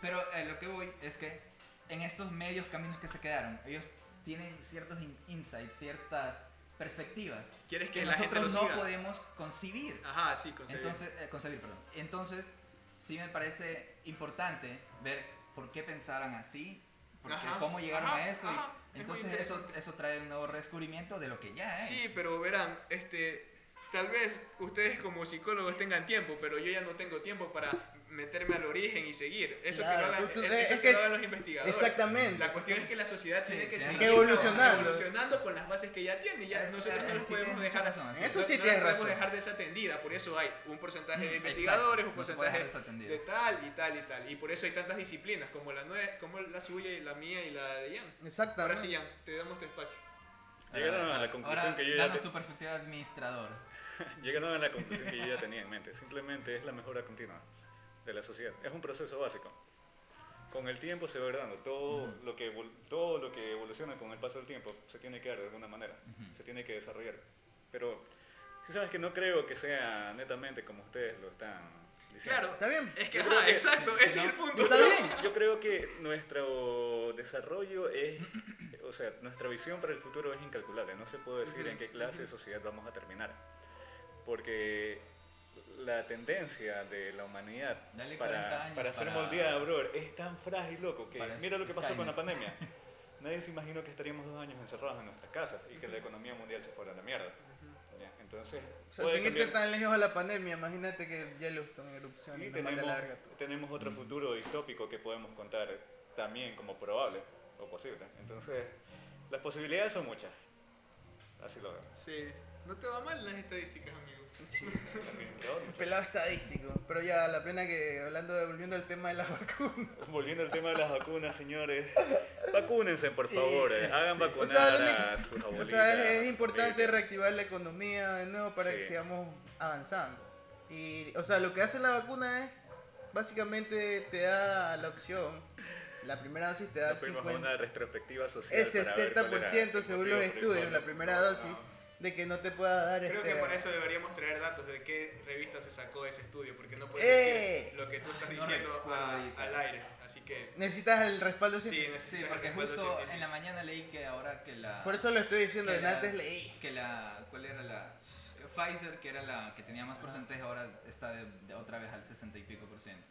Pero eh, lo que voy es que en estos medios caminos que se quedaron, ellos tienen ciertos in- insights, ciertas perspectivas ¿Quieres que, que la gente lo nosotros siga? Ah, no podemos concebir. Ajá, sí, concebí. Entonces, eh, concebir, perdón. Entonces, sí me parece importante ver por qué pensaron así, por qué- Ajá, cómo llegaron ajá, a esto. y ajá, es muy entonces, eso, interesante. eso trae un nuevo descubrimiento de lo que ya es. Sí, pero verán, este, tal vez ustedes como psicólogos tengan tiempo, pero yo ya no tengo tiempo para meterme al origen y seguir. Eso Claro, que lo hagan, tú- tú- eso es que que- lo hagan los investigadores. Exactamente. La cuestión es que la sociedad Sí, tiene que tiene seguir que evolucionando. evolucionando con las bases que ya tiene. Ya Es- nosotros no es- los sí podemos tienes dejar razón, así no- Eso sí no tienes las podemos razón. dejar desatendida. Por eso hay un porcentaje de Mm, investigadores, exacto, un no se puede dejar porcentaje desatendida. de tal y tal y tal. Y por eso hay tantas disciplinas como la, nue- como la suya y la mía y la de Jan. Exactamente. Ahora sí, Jan, te damos tu espacio. Llegaron a la conclusión Ahora, que yo ya danos te- tu perspectiva de administrador. Llegaron a la conclusión que [LAUGHS] yo ya tenía en mente. Simplemente es la mejora continua de la sociedad. Es un proceso básico. Con el tiempo se va dando. Todo, lo, que evol- todo lo que evoluciona con el paso del tiempo se tiene que dar de alguna manera. Se tiene que desarrollar. Pero si sabes que no creo que sea netamente como ustedes lo están diciendo. Claro, Está bien. pues. Es que, Yo ajá, creo que- exacto, ese es el punto. Está bien. Yo creo que nuestro desarrollo es, o sea, nuestra visión para el futuro es incalculable. No se puede decir en qué clase de sociedad vamos a terminar. Porque la tendencia de la humanidad Dale 40 para, años para ser para- moldeada, bro, es tan frágil, loco, que para este mira lo que pasó con la Skynet. pandemia. [LAUGHS] Nadie se imaginó que estaríamos dos años encerrados en nuestras casas y que la economía mundial se fuera a la mierda. Ya, Entonces, O sea, puede sin irte cambiar- tan lejos a la pandemia, imagínate que Yellowstone erupción y y, nos manda tenemos, la verga a todos. tenemos otro Mm. futuro distópico que podemos contar también como probable o posible. Entonces, las posibilidades son muchas. Así lo veo. [LAUGHS] Sí, no te va mal en las estadísticas, amigo. Pelado estadístico. Pero ya, la plena que hablando de, volviendo al tema de las [LAUGHS] vacunas. Volviendo al tema de las vacunas, señores. Vacúnense, por favor. eh. Hagan O vacunar sea, a lo único- sus abuelitas. o sea, es- a es, sus importante familias. reactivar la economía de nuevo para Sí. que sigamos avanzando. Y, o sea, lo que hace la vacuna es, básicamente te da la opción, la primera dosis te da Ya el fuimos a 50 una retrospectiva social. el para ver cuál era el motivo 60% según los por el cual estudios, la primera dosis, de que no te pueda dar Creo este... que para eso deberíamos traer datos de qué revista se sacó ese estudio, porque no puedes ¡Eh! decir lo que tú estás No diciendo recuerdo a- ahorita. al aire. Así que, Necesitas el respaldo sí, científico. [LAUGHS] necesitas Sí, porque el respaldo justo en científico. la mañana leí que ahora que la... Por eso lo estoy diciendo, que en la- antes leí. Que la... ¿Cuál era la...? Pfizer, que era la que tenía más porcentaje, ahora está de, de otra vez al 60 y pico por ciento.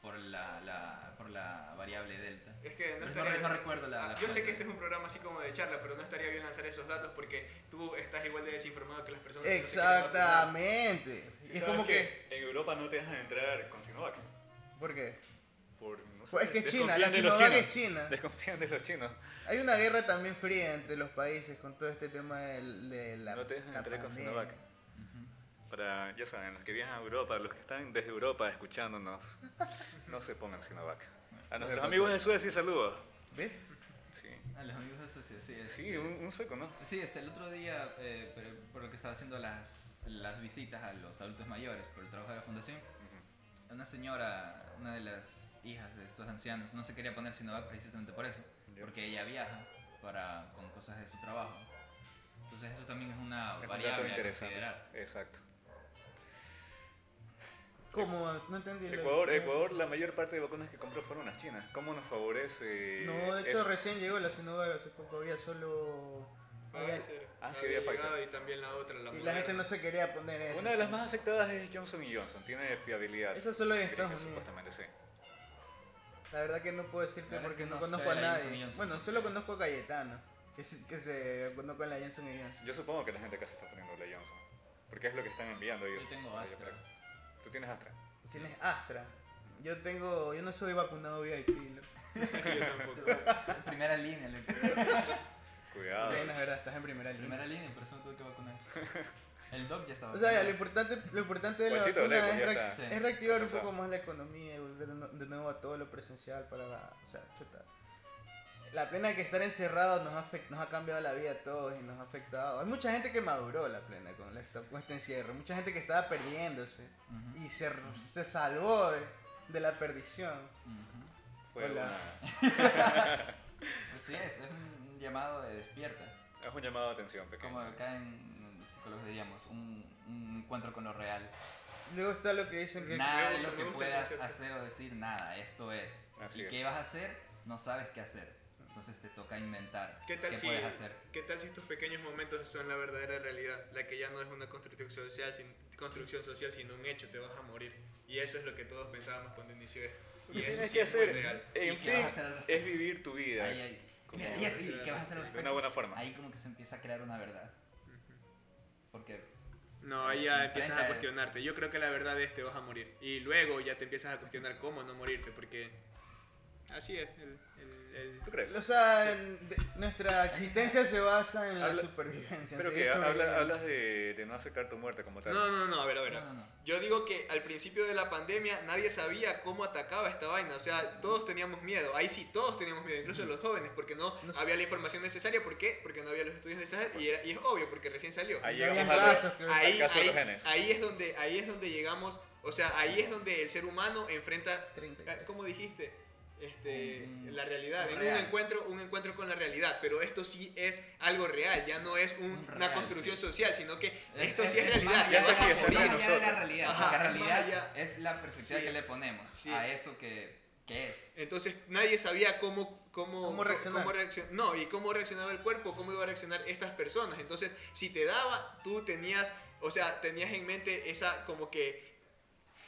Por la, la, por la variable delta. Es que no No, estaría... no recuerdo la- Ah, la yo sé fuente. que este es un programa así como de charla, pero no estaría bien lanzar esos datos porque tú estás igual de desinformado que las personas. que no se quieren vacunar. Exactamente. Y es ¿Sabes como que... qué? En Europa no te dejan entrar con Sinovac. ¿Por qué? Por, no sé, Pues es que es China, desconfían la de los Sinovac chinos. es China. Desconfían de los chinos. Hay una guerra también fría entre los países con todo este tema del- de, la No te dejan la entrar con pandemia. Sinovac. para, ya saben, los que viajan a Europa, los que están desde Europa escuchándonos, [LAUGHS] no se pongan Sinovac. A nuestros amigos de Suecia, saludos. ¿Ves? Sí, A los amigos de Suecia, sí. es- sí un, un sueco, ¿no? Sí, hasta el otro día, eh, pero por lo que estaba haciendo las, las visitas a los adultos mayores por el trabajo de la fundación, una señora, una de las hijas de estos ancianos, no se quería poner Sinovac precisamente por eso, Ya. porque ella viaja para, con cosas de su trabajo. Entonces eso también es Es una un dato variable a interesante. considerar. Exacto. ¿Cómo? No entendí. la- Ecuador, Ecuador, la mayor parte de vacunas que compró fueron las chinas. ¿Cómo nos favorece? No, de hecho eso? recién llegó la Sinovac, hace poco había solo... había- Pfizer. Ah, sí, había llegado Pfizer. Y también la otra, la Y la gente Moderna. no se quería poner eso. Una de las más aceptadas es Johnson Johnson, tiene fiabilidad. Eso solo en Creo que Estados Unidos. Supuestamente sí. La verdad que no puedo decirte La verdad porque que no, no conozco sé a la Johnson nadie. Johnson. Bueno, solo conozco a Cayetano, que se, que se vacunó con la Johnson Johnson. Yo supongo que la gente acá se está poniendo la Johnson, porque es lo que están enviando ellos. Yo tengo Ah, Astra. creo. Tú tienes Astra. Tienes Astra. Yo tengo, yo no soy vacunado VIP. Ah. ¿no? Yo tampoco. [LAUGHS] Primera línea, loco. Cuidado. Bueno, es verdad, estás en primera línea. primera línea, por eso me tuve que vacunar. El doc ya estaba. O sea, lo vacunado. importante, lo importante de la Juancito vacuna Bleco, es, ya reac- está. Sí. es reactivar un Está poco más la economía y volver de nu- de nuevo a todo lo presencial para la, o sea, chuta. La pena que estar encerrados nos, ha afect- nos ha cambiado la vida a todos y nos ha afectado. Hay mucha gente que maduró la plena con la- esta, con este encierro, mucha gente que estaba perdiéndose Ujú, y se, se salvó de, de la perdición. ujú. Fue Hola. una- Así es, es un llamado de despierta. es un llamado de atención pequeño. Como acá en los psicólogos diríamos, un, un encuentro con lo real. Luego está lo que dicen que... Nada de gusta, lo que me gusta el puedas concepto. hacer o decir, nada, esto es. Así y es. qué vas a hacer, no sabes qué hacer. Entonces te toca inventar ¿Qué tal, si, puedes hacer. ¿Qué tal si estos pequeños momentos son la verdadera realidad? La que ya no es una construcción social, sin, construcción social sino un hecho, te vas a morir. Y eso es lo que todos pensábamos cuando inició esto. Y eso tienes sí que es muy hacer, eh, real. en ¿Y qué vas a fin, hacer? es vivir tu vida Ahí, ahí. como- Mira, y así, de ¿qué vas a hacer al de respecto? una buena forma. Ahí como que se empieza a crear una verdad. Porque No, ahí ya empiezas a Enfrenta- cuestionarte. Yo creo que la verdad es te vas a morir. Y luego ya te empiezas a cuestionar cómo no morirte, porque así es. El, el- el- ¿Tú crees? O sea, en- de- nuestra existencia se basa en la Habla- supervivencia. en Pero seguir que habla- sobreviviendo. hablas de, de no aceptar tu muerte como tal. No, no, no, a ver, a ver. No, no, no. Yo digo que al principio de la pandemia nadie sabía cómo atacaba esta vaina. O sea, todos teníamos miedo. Ahí sí, todos teníamos miedo, incluso los jóvenes, porque no, No sé. había la información necesaria. ¿Por qué? Porque no había los estudios necesarios. Y, era- y es obvio, porque recién salió. Ahí había llegamos a brazos Entonces, que- ahí, al caso de ahí- los genes. ahí es donde, ahí es donde llegamos. O sea, ahí es donde el ser humano enfrenta eh, 33. ¿Cómo dijiste? Este, Un- la realidad, un en real. un encuentro, un encuentro con la realidad, pero esto sí es algo real, ya no es un- Un una real, construcción sí. social, sino que esto sí es, más realidad, ya ya allá no está de- aquí, es está entre morir. más allá de la nosotros. realidad. Ajá, porque la es más allá. realidad es la perspectiva Sí. que le ponemos Sí. a eso que, que es. Entonces nadie sabía cómo, cómo, ¿Cómo reaccionar? reaccion- no, y cómo reaccionaba el cuerpo, cómo iba a reaccionar estas personas. Entonces, si te daba, tú tenías, o sea, tenías en mente esa como que,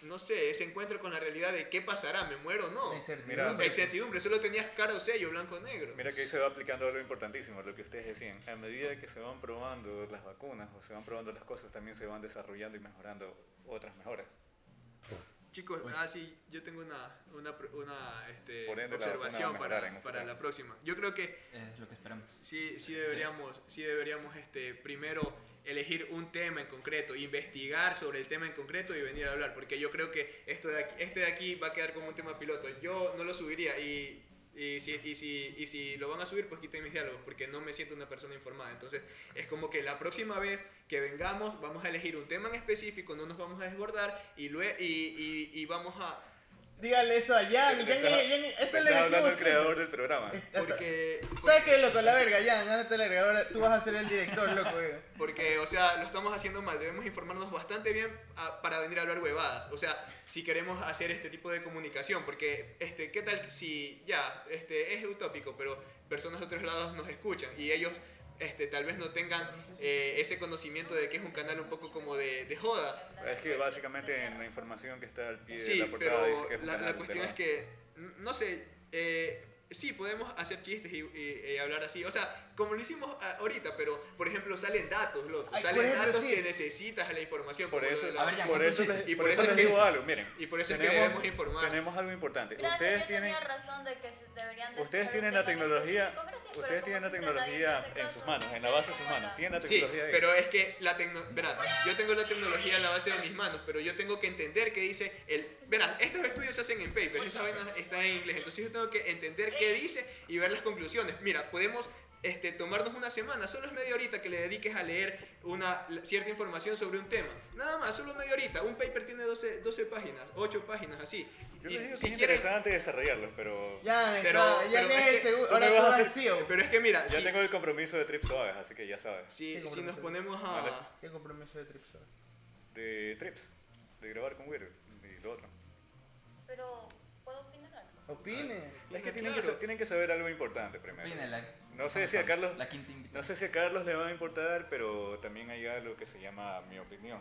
no sé, ese encuentro con la realidad de qué pasará, me muero o no. La incertidumbre. Incertidumbre, solo tenías cara o sello, blanco o negro. Mira que ahí se va aplicando algo importantísimo, lo que ustedes decían. A medida que se van probando las vacunas o se van probando las cosas, también se van desarrollando y mejorando otras mejoras. Chicos, ah, sí, yo tengo una, una, pr- una, este, Por ende, la observación vacuna va a mejorar en para, un para futuro. la próxima. Yo creo que Es lo que esperamos. sí, sí deberíamos, sí deberíamos este, primero elegir un tema en concreto, investigar sobre el tema en concreto y venir a hablar, porque yo creo que esto de aquí, este de aquí va a quedar como un tema piloto. Yo no lo subiría y, y, si, y, si, y si lo van a subir, pues quiten mis diálogos, porque no me siento una persona informada. Entonces, es como que la próxima vez que vengamos, vamos a elegir un tema en específico, no nos vamos a desbordar y, lue- y, y, y vamos a... Dígale eso a Jan, Jan, Jan, Jan- eso le Está hablando el decimos siempre. creador del programa. Porque, ¿Sabes qué, loco? La verga, Jan, ándate a la verga, ahora tú vas a ser el director, loco, eh. güey. porque, o sea, lo estamos haciendo mal. Debemos informarnos bastante bien ah, para venir a hablar huevadas. O sea, si queremos hacer este tipo de comunicación. Porque, este, ¿qué tal si ya, este, es utópico, pero personas de otros lados nos escuchan y ellos... Este, tal vez no tengan eh, ese conocimiento de que es un canal un poco como de, de joda, Es que básicamente en la información que está al pie Sí, de la portada pero dice que es un la, la canal de cuestión es la- que, n- no sé, eh, sí, podemos hacer chistes y, y- y hablar así. O sea, como lo hicimos a- ahorita, pero por ejemplo salen datos, loco. Ay, salen por ejemplo, datos sí. que necesitas a la información. Por como lo eso, de la- A ver, ya, por ¿cuánto eso, hiciste? les, y por eso, les digo algo, miren. y por eso es que debemos informar. Tenemos algo importante. Gracias, ustedes yo tienen, tenía razón de que se deberían de ustedes escoger tienen un la tema en tecnología, específico. Gracias, pero ustedes como tienen la siempre nadie me tecnología hace en caso, sus manos, en la base de sus manos. Tienen la Sí, tecnología ahí. pero es que la tecno... Verás, yo tengo la tecnología en la base de mis manos, pero yo tengo que entender qué dice el... Verás, estos estudios se hacen en paper, esa vaina está en inglés, entonces yo tengo que entender qué dice y ver las conclusiones. Mira, podemos este, tomarnos una semana, solo es media horita que le dediques a leer una cierta información sobre un tema. Nada más, solo media horita. Un paper tiene 12, 12 páginas, 8 páginas, así. Yo Y les digo que si es quieres... interesante desarrollarlos, pero Ya, Pero- está, ya pero que es es el que segundo. tú Ahora me tú vas a vas al E hacer- CEO. Pero es que mira, ya si, tengo el compromiso de Trips Suaves, así que ya sabes. si, Sí, si nos compromiso. ponemos Vale. a... ¿Qué compromiso de Tripsor? De Trips, de grabar con Weird y lo otro. Pero, ¿puedo opinar algo? Opine. Es que Bueno, tienen, que, claro. sa- tienen que saber algo importante primero. Opina, la- No sé si a Carlos- La quinta invitada. No sé si a Carlos le va a importar, pero también hay algo que se llama mi opinión.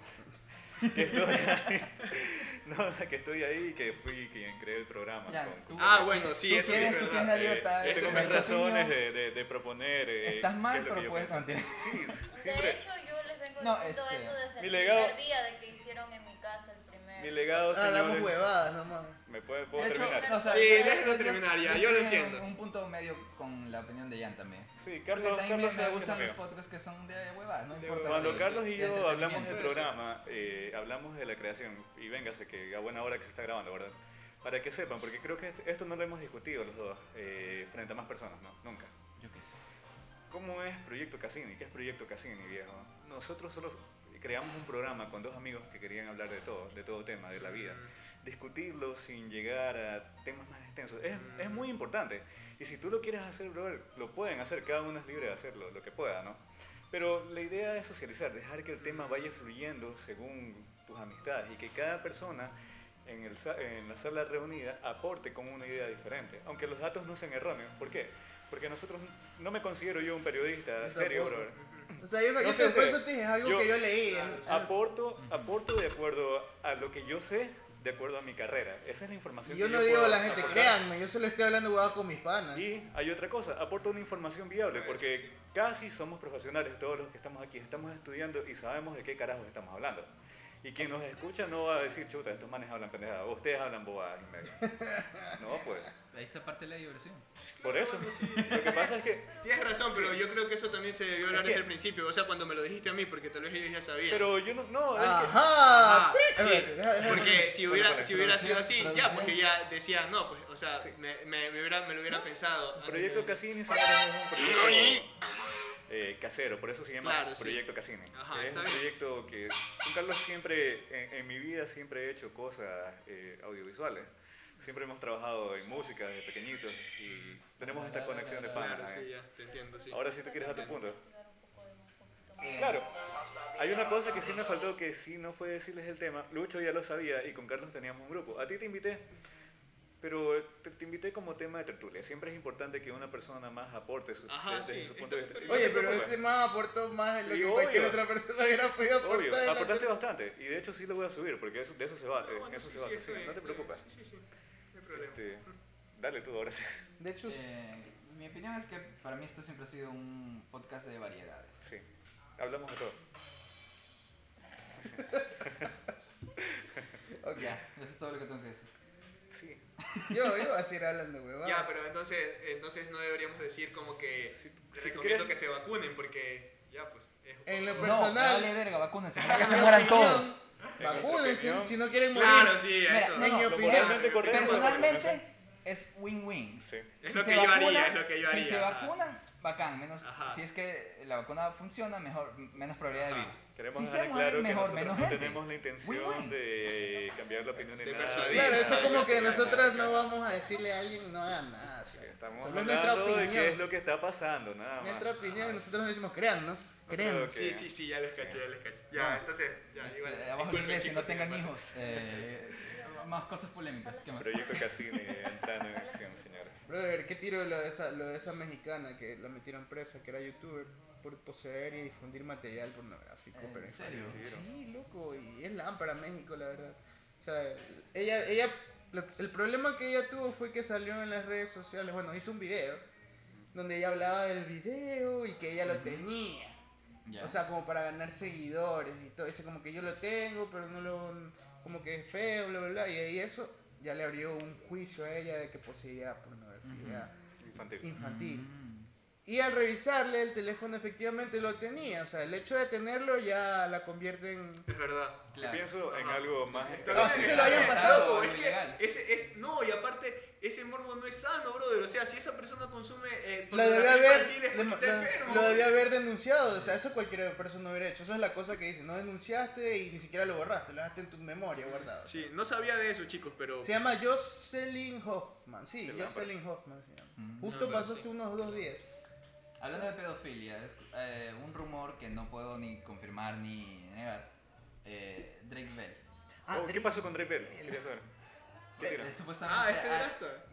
[LAUGHS] que estoy ahí, [LAUGHS] no, que estoy ahí y que fui quien creé el programa. Ya, con- tú- con- Ah, bueno, Tú sí, eso sí tienes- es tú verdad. tienes la libertad de eh, tengo expresar mis tu razones opinión. de, de- de proponer. eh, Estás qué mal, es lo que pero yo puedes pienso. continuar. Sí, s- De siempre. hecho, yo les vengo No, diciendo este, eso desde mi el legado- primer día de que hicieron en mi casa el primer. Mi legado, Ah, hablamos señores, Ah, huevadas nomás. ¿Me puede, puedo De hecho, terminar? no, o sea, Sí, yo- déjalo yo- terminar ya, yo lo estoy en entiendo. Un punto medio con la opinión de Jan también. Sí, Porque Carlos, también Carlos me, sabe que me es gustan los amigo. podcasts que son de huevadas, no De importa. huevadas. Cuando si- Carlos y de yo hablamos del entretenimiento. Puede ser. programa, eh, hablamos de la creación, y véngase que a buena hora que se está grabando, ¿verdad? Para que sepan, porque creo que est- esto no lo hemos discutido los dos eh, frente a más personas, ¿no? Nunca. Yo qué sé. ¿Cómo es Proyecto Cassini? ¿Qué es Proyecto Cassini, viejo? Nosotros solo creamos un programa con dos amigos que querían hablar de todo, de todo tema, de la vida. Discutirlo sin llegar a temas más extensos. Es, es muy importante. Y si tú lo quieres hacer, brother, lo pueden hacer. Cada uno es libre de hacerlo, lo que pueda, ¿no? Pero la idea es socializar, dejar que el tema vaya fluyendo según tus amistades y que cada persona en, el sa- en la sala reunida aporte con una idea diferente, aunque los datos no sean erróneos. ¿Por qué? Porque nosotros no me considero yo un periodista Yo serio, tampoco. brother. O sea, yo, No yo sé, por Andrea. eso te dije es algo Yo- que yo leí. Claro, ¿no? Aporto, aporto de acuerdo a lo que yo sé, de acuerdo a mi carrera. Esa es la información. Y yo que no digo a puedo la gente, aportar. créanme, yo solo estoy hablando huevadas con mis panas. Y hay otra cosa, aporta una información viable, Ah, eso porque sí. casi somos profesionales todos los que estamos aquí, estamos estudiando y sabemos de qué carajos estamos hablando. Y quien nos escucha no va a decir, chuta, estos manes hablan pendejadas, o ustedes hablan bobadas y [LAUGHS] medio. No, pues, Ahí está parte de la diversión. por eso. Lo que pasa es que, Tienes razón, pero yo creo que eso también se debió hablar que- desde el principio, o sea, cuando me lo dijiste a mí, porque tal vez yo ya sabía. pero yo no, no, es que- Ajá. Ah, Tres. sí, Espérate, deja- deja- porque si hubiera, Bueno, si hubiera sido así, traducción, ya, pues yo traducción. ya decía, no, pues, o sea, Sí. me, me, me hubiera, me lo hubiera pensado. antes Proyecto de- Cassini señores, es un proyecto eh, casero, por eso se llama Claro, sí. Proyecto Cassini. Ajá, es está un bien. proyecto que con Carlos siempre, en, en mi vida siempre he hecho cosas eh, audiovisuales. Siempre hemos trabajado en música desde pequeñitos y tenemos esta conexión de Claro, panas. sí, ¿eh? ya, te entiendo, sí. Mm. Ahora sí tú quieres dar tu punto. Investigar un poco de- un poquito más. Claro, hay una cosa que sí me faltó, que sí no fue decirles el tema. Lucho ya lo sabía y con Carlos teníamos un grupo. A ti te invité, pero te, te invité como tema de tertulia. Siempre es importante que una persona más aporte su, Ajá, desde sí, su está punto de súper vista. Oye, No te pero pues, preocupes. este más aportó más de lo Sí, que cualquier obvio. otra persona hubiera podido aportar. Obvio, en la aportaste ter- bastante y de hecho sí lo voy a subir porque eso- de eso se va, eh, bueno, eso sí, se va, sí, sí, está bien, no te está bien. preocupes. Sí, sí, sí, no hay problema. Este, dale tú ahora sí. De hecho, Eh, mi opinión es que para mí esto siempre ha sido un podcast de variedades. Sí, hablamos de todo. ok. Ya, eso es todo lo que tengo que decir. Sí, yo iba a seguir hablando huevadas. Ya, pero entonces, entonces no deberíamos decir como que Si- si recomiendo quieres- que se vacunen, porque ya, pues, es... En lo o- per- Personal. No, dale verga, vacúnense, para que En se mi mueran opinión, todos. Vacúnense opinión. si no quieren morir. Claro, sí, Mira, eso. no, En mi no, lo opinión. moralmente correcto. Personalmente es win-win. sí. Es Si lo se que yo haría, vacunan- es lo que yo haría. Si se ajá. vacunan, bacán, menos Ajá. si es que la vacuna funciona, mejor menos probabilidad de Ajá. virus. Queremos si dejar se en mueren, claro que mejor, nosotros menos no gente. tenemos la Win, intención win. de cambiar la opinión de, De nadie. persuadir. Claro, ni eso es nada, como que nada, nosotros nada. no vamos a decirle a alguien no haga nada. o sea, Estamos Solo es nuestra hablando de opinión. qué es lo que está pasando, nada más. Nuestra opinión, nosotros no decimos créannos. Créannos. Sí, Ok. sí, sí, ya les cacho, ya les cacho. Ya, No. entonces, ya, Este, igual. abajo el disculpen, inglés, que no chicos, si me tengan paso. hijos. Eh, más cosas polémicas. ¿Qué más? Proyecto Cassini entrando en acción, señores. Brother, ¿qué tiro lo de, esa, lo de esa mexicana que la metieron presa, que era youtuber, por poseer y difundir material pornográfico? ¿En pero serio? Sí, loco, y es lámpara México, la verdad. O sea, ella, ella lo- el problema que ella tuvo fue que salió en las redes sociales, bueno, hizo un video donde ella hablaba del video y que ella lo tenía. Ya. O sea, como para ganar seguidores y todo. Dice como que yo lo tengo, pero no lo... Como que es feo, bla, bla, bla. Y ahí eso ya le abrió un juicio a ella de que poseía pornografía Infantil. infantil. Mm. Y al revisarle el teléfono efectivamente lo tenía. O sea, el hecho de tenerlo ya la convierte en... Es verdad. Yo Claro. pienso en Ajá. algo más. Está No, bien. sí se lo hayan Ah, pasado, loco, es es que ilegal. ese es no y aparte ese morbo no es sano, brother. O sea, si esa persona consume eh, Lo debió haber, infantil es le- porque está lo, enfermo. lo debió haber denunciado, o sea, eso cualquier persona hubiera hecho. Esa es la cosa que dice, no denunciaste y ni siquiera lo borraste, lo dejaste en tu memoria guardado. Sí, no sabía de eso, chicos, pero Se llama Jocelyn Hoffman, sí, De Lampard. Jocelyn Hoffman se llama. Mm. Justo No, pero pasó sí. hace unos dos días. Hablando de pedofilia, es eh, un rumor que no puedo ni confirmar ni negar. Eh, Drake Bell. Ah, Oh, ¿Qué Drake- pasó con Drake Bell? Quería saber. ¿Qué tira? Eh, ah, supuestamente. este drasta.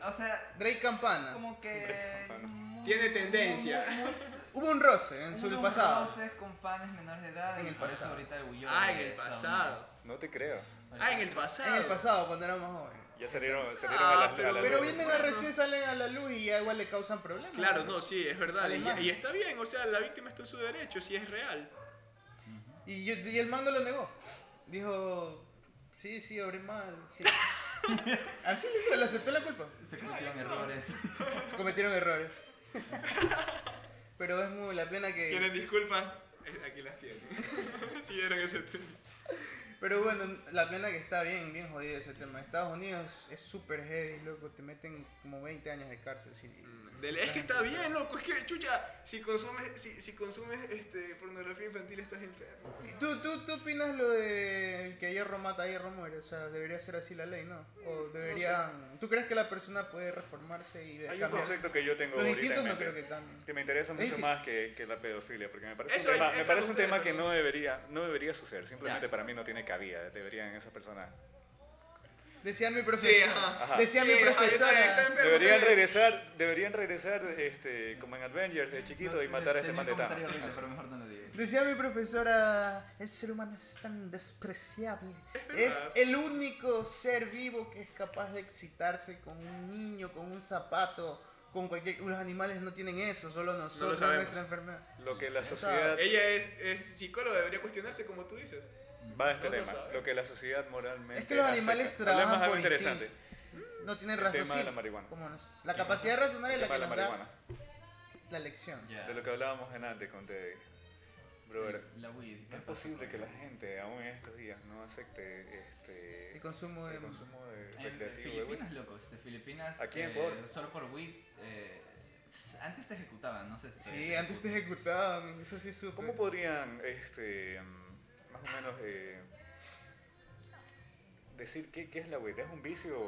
ah, o sea, Drake Campana. como que. Drake Campana. Tiene tendencia. Muy- muy- Hubo un roce en su unos pasado. roces con fans menores de edad. En y el por eso pasado. ahorita el bullón Ah, en de el Estados pasado. Unidos. No te creo. Ah, en el pasado. En el pasado, cuando éramos jóvenes. Ya salieron, salieron Ah, a la, a la Pero luz. vienen a recién salen a la luz y ya igual le causan problemas. Claro, no, sí, es verdad. y- Alemán. Y, está bien, o sea, la víctima está en su derecho, si es real. Y, yo- y el mando lo negó. Dijo, sí, sí, obré mal. sí". Así le le aceptó la culpa. Se cometieron errores. Se cometieron errores. [LAUGHS] Pero es muy la pena que... ¿Quieren disculpas? Eh, Aquí las [LAUGHS] tienen. si vieron ese tema. Pero bueno, la plena que está bien, bien jodido ese tema. Estados Unidos es súper heavy, loco. Te meten como 20 años de cárcel. si- Del- es que está bien, loco. Es que, chucha, si consumes, si, si consumes este, pornografía infantil estás enfermo. ¿Y ¿Tú, tú, ¿Tú opinas lo de que hierro mata, hierro muere? O sea, debería ser así la ley, ¿no? O deberían... ¿Tú crees que la persona puede reformarse y Hay un cambiar? concepto que yo tengo Los ahorita instintos en no mente. creo que cambien. que me interesa Es mucho difícil. más que, que la pedofilia, porque me parece Eso, un tema, ahí me entra parece un ustedes, tema que perdón. no debería, no debería suceder, simplemente Ya. para mí no tiene cabida, deberían esas personas. Decía mi profesora. ajá. Decía mi Sí, ajá, está- está profesora. enfermo, Deberían está bien. regresar, deberían regresar este, como en Avengers de chiquito y matar a este Tenía man de un Thanos. comentario horrible, pero mejor no lo digo. Decía mi profesora, el ser humano es tan despreciable. Es el único ser vivo que es capaz de excitarse con un niño, con un zapato, con cualquier... Los animales no tienen eso, solo nosotros, sabemos. nuestra enfermedad. Lo que la Sí, o sea, sociedad Ella es, es psicóloga, debería cuestionarse como tú dices. va a este no lo tema, sabe. lo que la sociedad moralmente Es que los acepta. animales Hablemos trabajan algo por interesante. No El tienen tema de raciocinio. la marihuana. como nos- La capacidad de razonar es El la tema que de la nos da marihuana, la lección. Ya. de lo que hablábamos en antes con Teddy. Brother, La weed. no es posible que la gente aún en estos días no acepte este El consumo de... el consumo de En eh, recreativo de weed. Filipinas, loco, este, Filipinas. Aquí en eh, Ecuador. Solo por weed. eh, s- antes te ejecutaban, no sé si. todavía Sí, antes te ejecutan. ejecutaban, eso sí supe. ¿Cómo podrían, este, mm, más o menos, eh, decir qué, qué es la weed? ¿Es un vicio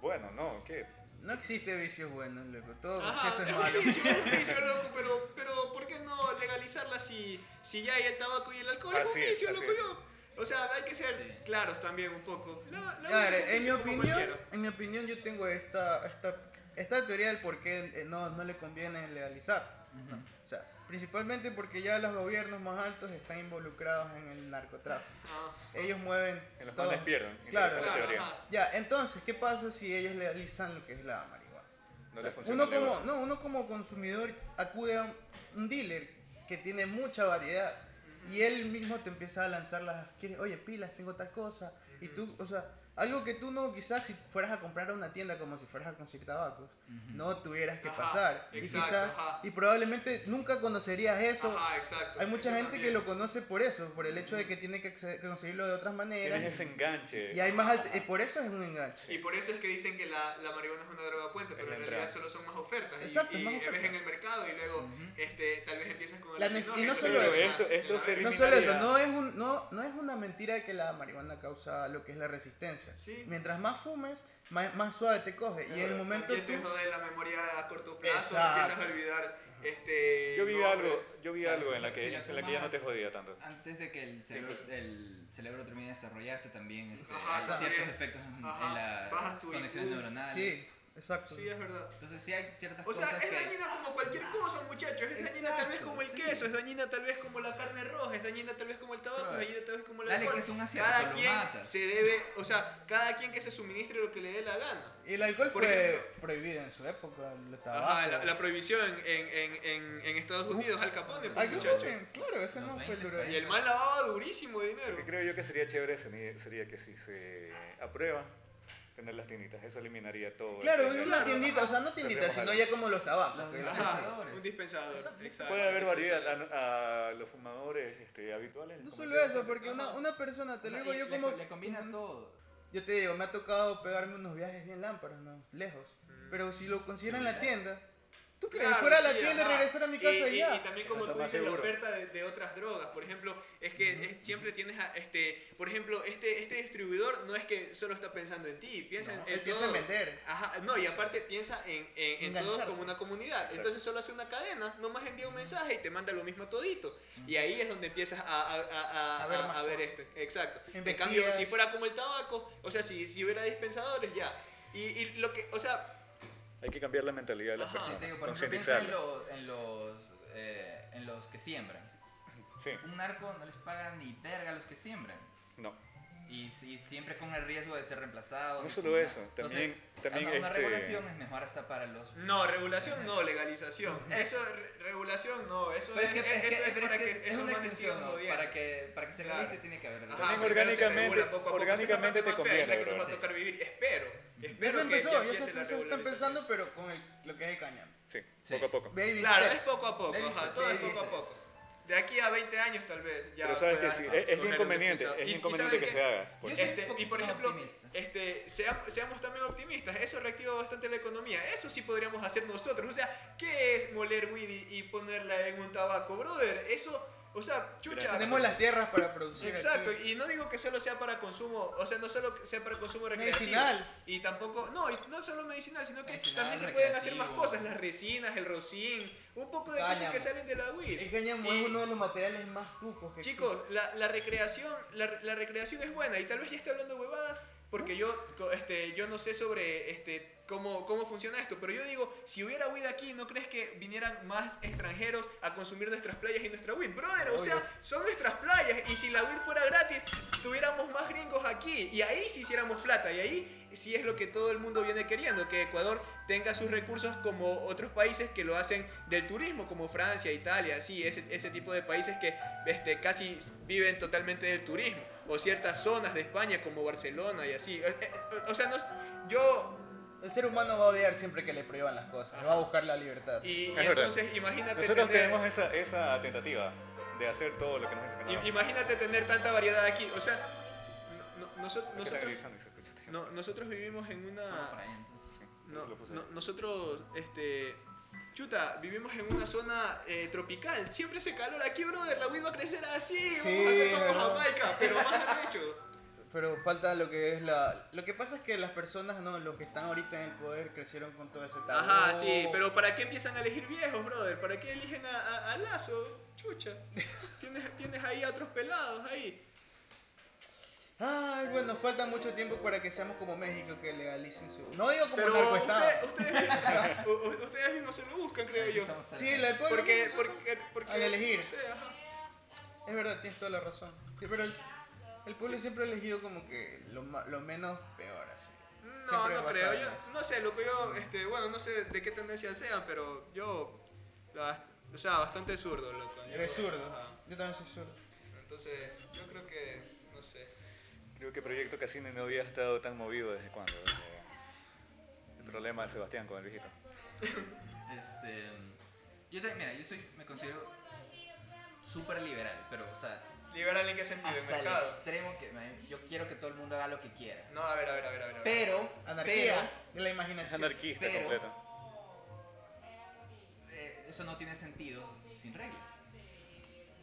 bueno, no? ¿Qué? No existe vicios buenos, loco. Todo Ajá, exceso [LAUGHS] es es un malo. vicio, es un vicio, loco, pero, pero ¿por qué no legalizarla si, si ya hay el tabaco y el alcohol? Así es, es un vicio, así loco, es. yo. O sea, hay que ser Sí. claros también un poco. La- la A ver, vida es un en mi vicio como opinión, cualquiera. en mi opinión yo tengo esta, esta, esta teoría del por qué eh, no, no le conviene legalizar. Ujú. O sea, principalmente porque ya los gobiernos más altos están involucrados en el narcotráfico. Ah, Ellos mueven En los todo. manes pierden. Claro, Interesante claro, teoría. ajá. Ya, entonces, ¿qué pasa si ellos legalizan lo que es la marihuana? No O le sea, funciona uno, el como, negocio. no, uno como consumidor acude a un dealer que tiene mucha variedad y él mismo te empieza a lanzar las, ¿quieres? oye, pilas, tengo tal cosa. Y tú, o sea, algo que tú no, quizás si fueras a comprar a una tienda como si fueras a conseguir tabacos, no tuvieras que Ajá, pasar. y, exacto, quizás, ajá. y probablemente nunca conocerías eso. ajá, exacto. Hay mucha eso gente que también. lo conoce por eso, por el hecho de que tiene que acceder- que conseguirlo de otras maneras. Tienes ese enganche. Y hay más alt- eh, por eso es un enganche. Y por eso es que dicen que la, la marihuana es una droga puente, pero la en realidad entrada. solo son más ofertas. y- Exacto, y, más ves ofertas. en el mercado y luego este, tal vez empiezas con el La nes- y no alucinógeno, solo luego eso, vas- esto- esto te la se ves. No solo eso, criminalidad. no es, un, no, no es una mentira de que la marihuana causa lo que es la resistencia. Sí. Mientras más fumes, más, más suave te coge. y en el momento También te tú- jode la memoria a corto plazo, Exacto. empiezas a olvidar este Yo vi nombres. algo, yo vi Claro, algo si en la ya- que, si ya Ah. en la que ya no te fumas- jodía tanto. Antes de que el cerebro, el cerebro termine de desarrollarse también, este, Ajá, hay ciertos también. efectos en, en Ajá, las bajas tu conexiones IQ. neuronales. Sí. Exacto. Sí, es verdad. Entonces sí hay ciertas O sea, cosas es que... dañina como cualquier cosa, muchachos. Es dañina tal vez Exacto, como el sí. queso, es dañina tal vez como la carne roja, es dañina tal vez como el tabaco, Claro. es dañina tal vez como el Dale, alcohol. que es un acierto, cada lo quien matas. se debe, o sea, cada quien que se suministre lo que le dé la gana. El alcohol Por fue ejemplo. prohibido en su época, el tabaco. Ajá, la, la prohibición en, en, en, en Estados Unidos, Al Capone, pues, Al Capone, muchacho. claro, ese Los no fue el 20, duro. Y el mal lavaba durísimo de Lo dinero. que creo yo que sería chévere sería sería que si se aprueba tener las tienditas, eso eliminaría todo. el Claro, tema. una tiendita, o sea, no tiendita, Tendremos sino algo. ya como los tabacos. Los que- tabacos. Ajá, Dispensadores. un dispensador. Exacto. Puede haber un variedad dispensador. a, a los fumadores este, habituales. No como solo que- eso, porque una, una persona, te O sea, lo digo y yo le- como... Le combina todo. Ah. Yo te digo, me ha tocado pegarme unos viajes bien lámparas, ¿no? Lejos. Mm. Pero si lo consideran Sí, la ya. tienda, ¿tú crees? Claro, fuera de la sí, tienda, ajá. regresar a mi Y- casa y, y, ya. y también como Está tú más dices, la seguro. oferta de, de otras drogas, por ejemplo, es que es- siempre tienes a, este, por ejemplo, este, este distribuidor no es que solo está pensando en ti, piensa No, en, en él piensa en todos. vender. Ajá, no, y aparte piensa en, en- en todos Engancharte. como una comunidad. Exacto. Entonces solo hace una cadena, nomás envía un mensaje y te manda lo mismo a todito. Y ahí es donde empiezas a, a, a, a- A ver a- más a ver cosas. esto. Exacto. En Investigas. cambio, si fuera como el tabaco, o sea, si, si hubiera dispensadores, ya. Y, y lo que, o sea, Hay que cambiar la mentalidad de las Ajá. Pues Sí, personas. te digo, por ejemplo, piensa en, concientizarlas. los- en los, eh, en los que siembran. Sí, Un narco no les paga ni verga a los que siembran. no. Y, si- siempre con el riesgo de ser reemplazado. No y solo con- eso, también- también, una, una este- regulación es mejor hasta para los... no, regulación no, legalización. Eso, re- regulación no, eso Pero es, eso es pero para que, es esos una manes extensión, sigan ¿no? jodiendo. para que, para que se Claro. legalice tiene que haber Ajá, regulación. También primero se orgánicamente- regula poco a poco. Esa es la orgánicamente parte te más fea, es la que conviene, nos va a bro. tocar vivir. Espero. Ya espero se que- empezó, que ya empiece se la empezó, están regularización. pensando, pero con el- lo que es el caña. Sí, Sí. poco a poco. Baby Claro, steps. es poco a poco, Baby ajá, steps. todo es Baby poco a steps. poco. De aquí a 20 años tal vez ya Pero sabes que puedan sí, es, es coger un inconveniente, dispensado. es Y- y inconveniente ¿saben que qué? se haga. porque- Yo soy Este, un y por poquito ejemplo, optimista. este, seam- seamos también optimistas, eso reactiva bastante la economía, eso sí podríamos hacer nosotros, o sea, ¿qué es moler weed y, y ponerla en un tabaco, brother? Eso, o sea, chucha. Tenemos las tierras para producir. Exacto, aquí. y no digo que solo sea para consumo, o sea, no solo sea para consumo recreativo. Medicinal. Y tampoco, no, y no solo medicinal, sino que Medicinal, también se pueden hacer más recreativo. cosas, las resinas, el rocín, un poco de cosas Cáñamo. que salen de la weed. El cáñamo Y, es uno de los materiales más tucos que Chicos, existe. la, la recreación, la, la recreación es buena y tal vez ya esté hablando huevadas porque yo, co- este, yo no sé sobre este, cómo, cómo funciona esto, pero yo digo, si hubiera weed aquí, ¿no crees que vinieran más extranjeros a consumir nuestras playas y nuestra weed? Brother, o sea, Obvio. son nuestras playas y si la weed fuera gratis, tuviéramos más gringos aquí y ahí sí hiciéramos plata y ahí sí es lo que todo el mundo viene queriendo, que Ecuador tenga sus recursos como otros países que lo hacen del turismo, como Francia, Italia, sí, ese, ese tipo de países que este, casi viven totalmente del turismo, o ciertas zonas de España como Barcelona y así. Eh, eh, O, sea, no, s- yo... El ser humano va a odiar siempre que le prohíban las cosas, va a buscar la libertad. Y, y Es verdad. entonces imagínate... Nosotros tener- tenemos esa, esa tentativa de hacer todo lo que nos dicen que no im- hagamos. Imagínate tener tanta variedad aquí, o sea... no- no- noso- Es que está nosotros, gritando y se escucha. no- nosotros vivimos en Vamos una... para allá, entonces. No, Lo puse no- ahí. nosotros, este, chuta, vivimos en una zona eh, tropical. Siempre hace calor aquí, brother. La weed va a crecer así. vamos a Sí, hacer como ¿verdad? Jamaica, pero [LAUGHS] más arrecho. Pero falta lo que es la... Lo que pasa es que las personas, no, los que están ahorita en el poder crecieron con todo ese tabú. Ajá, sí, pero ¿para qué empiezan a elegir viejos, brother? ¿Para qué eligen a, a- a Lazo? Chucha, tienes, tienes ahí a otros pelados ahí. Ay, bueno, falta mucho tiempo para que seamos como México, que legalicen su... No digo como Pero narcoestado. usted- [LAUGHS] ustedes, u- u- ustedes mismos se lo buscan, creo yo. Estamos cerca. Sí, la del pueblo Porque, mismo, porque, porque, Al elegir. no sé, ajá. Es verdad, tienes toda la razón. Sí, pero el, el pueblo siempre ha elegido como que lo, ma- lo menos peor, así. No, Siempre no basado creo. en Yo, eso. no sé, lo que yo, este, bueno, no sé de qué tendencia sean, pero yo, la- o sea, bastante zurdo, loco. Yo- Eres zurdo. ajá. Yo también soy zurdo. Entonces, yo creo que, no sé. Creo que Proyecto Casino no había estado tan movido desde cuando. desde El problema de Sebastián con el viejito. Este, yo también, mira, yo soy, me considero súper liberal, pero, o sea, Liberal en qué sentido, el hasta el mercado. extremo que me- yo quiero que todo el mundo haga lo que quiera. No, a ver, a ver, a ver, a ver. a ver. Pero, Anarquía de la imaginación. Es anarquista pero- completo. pero eh, eso no tiene sentido sin reglas,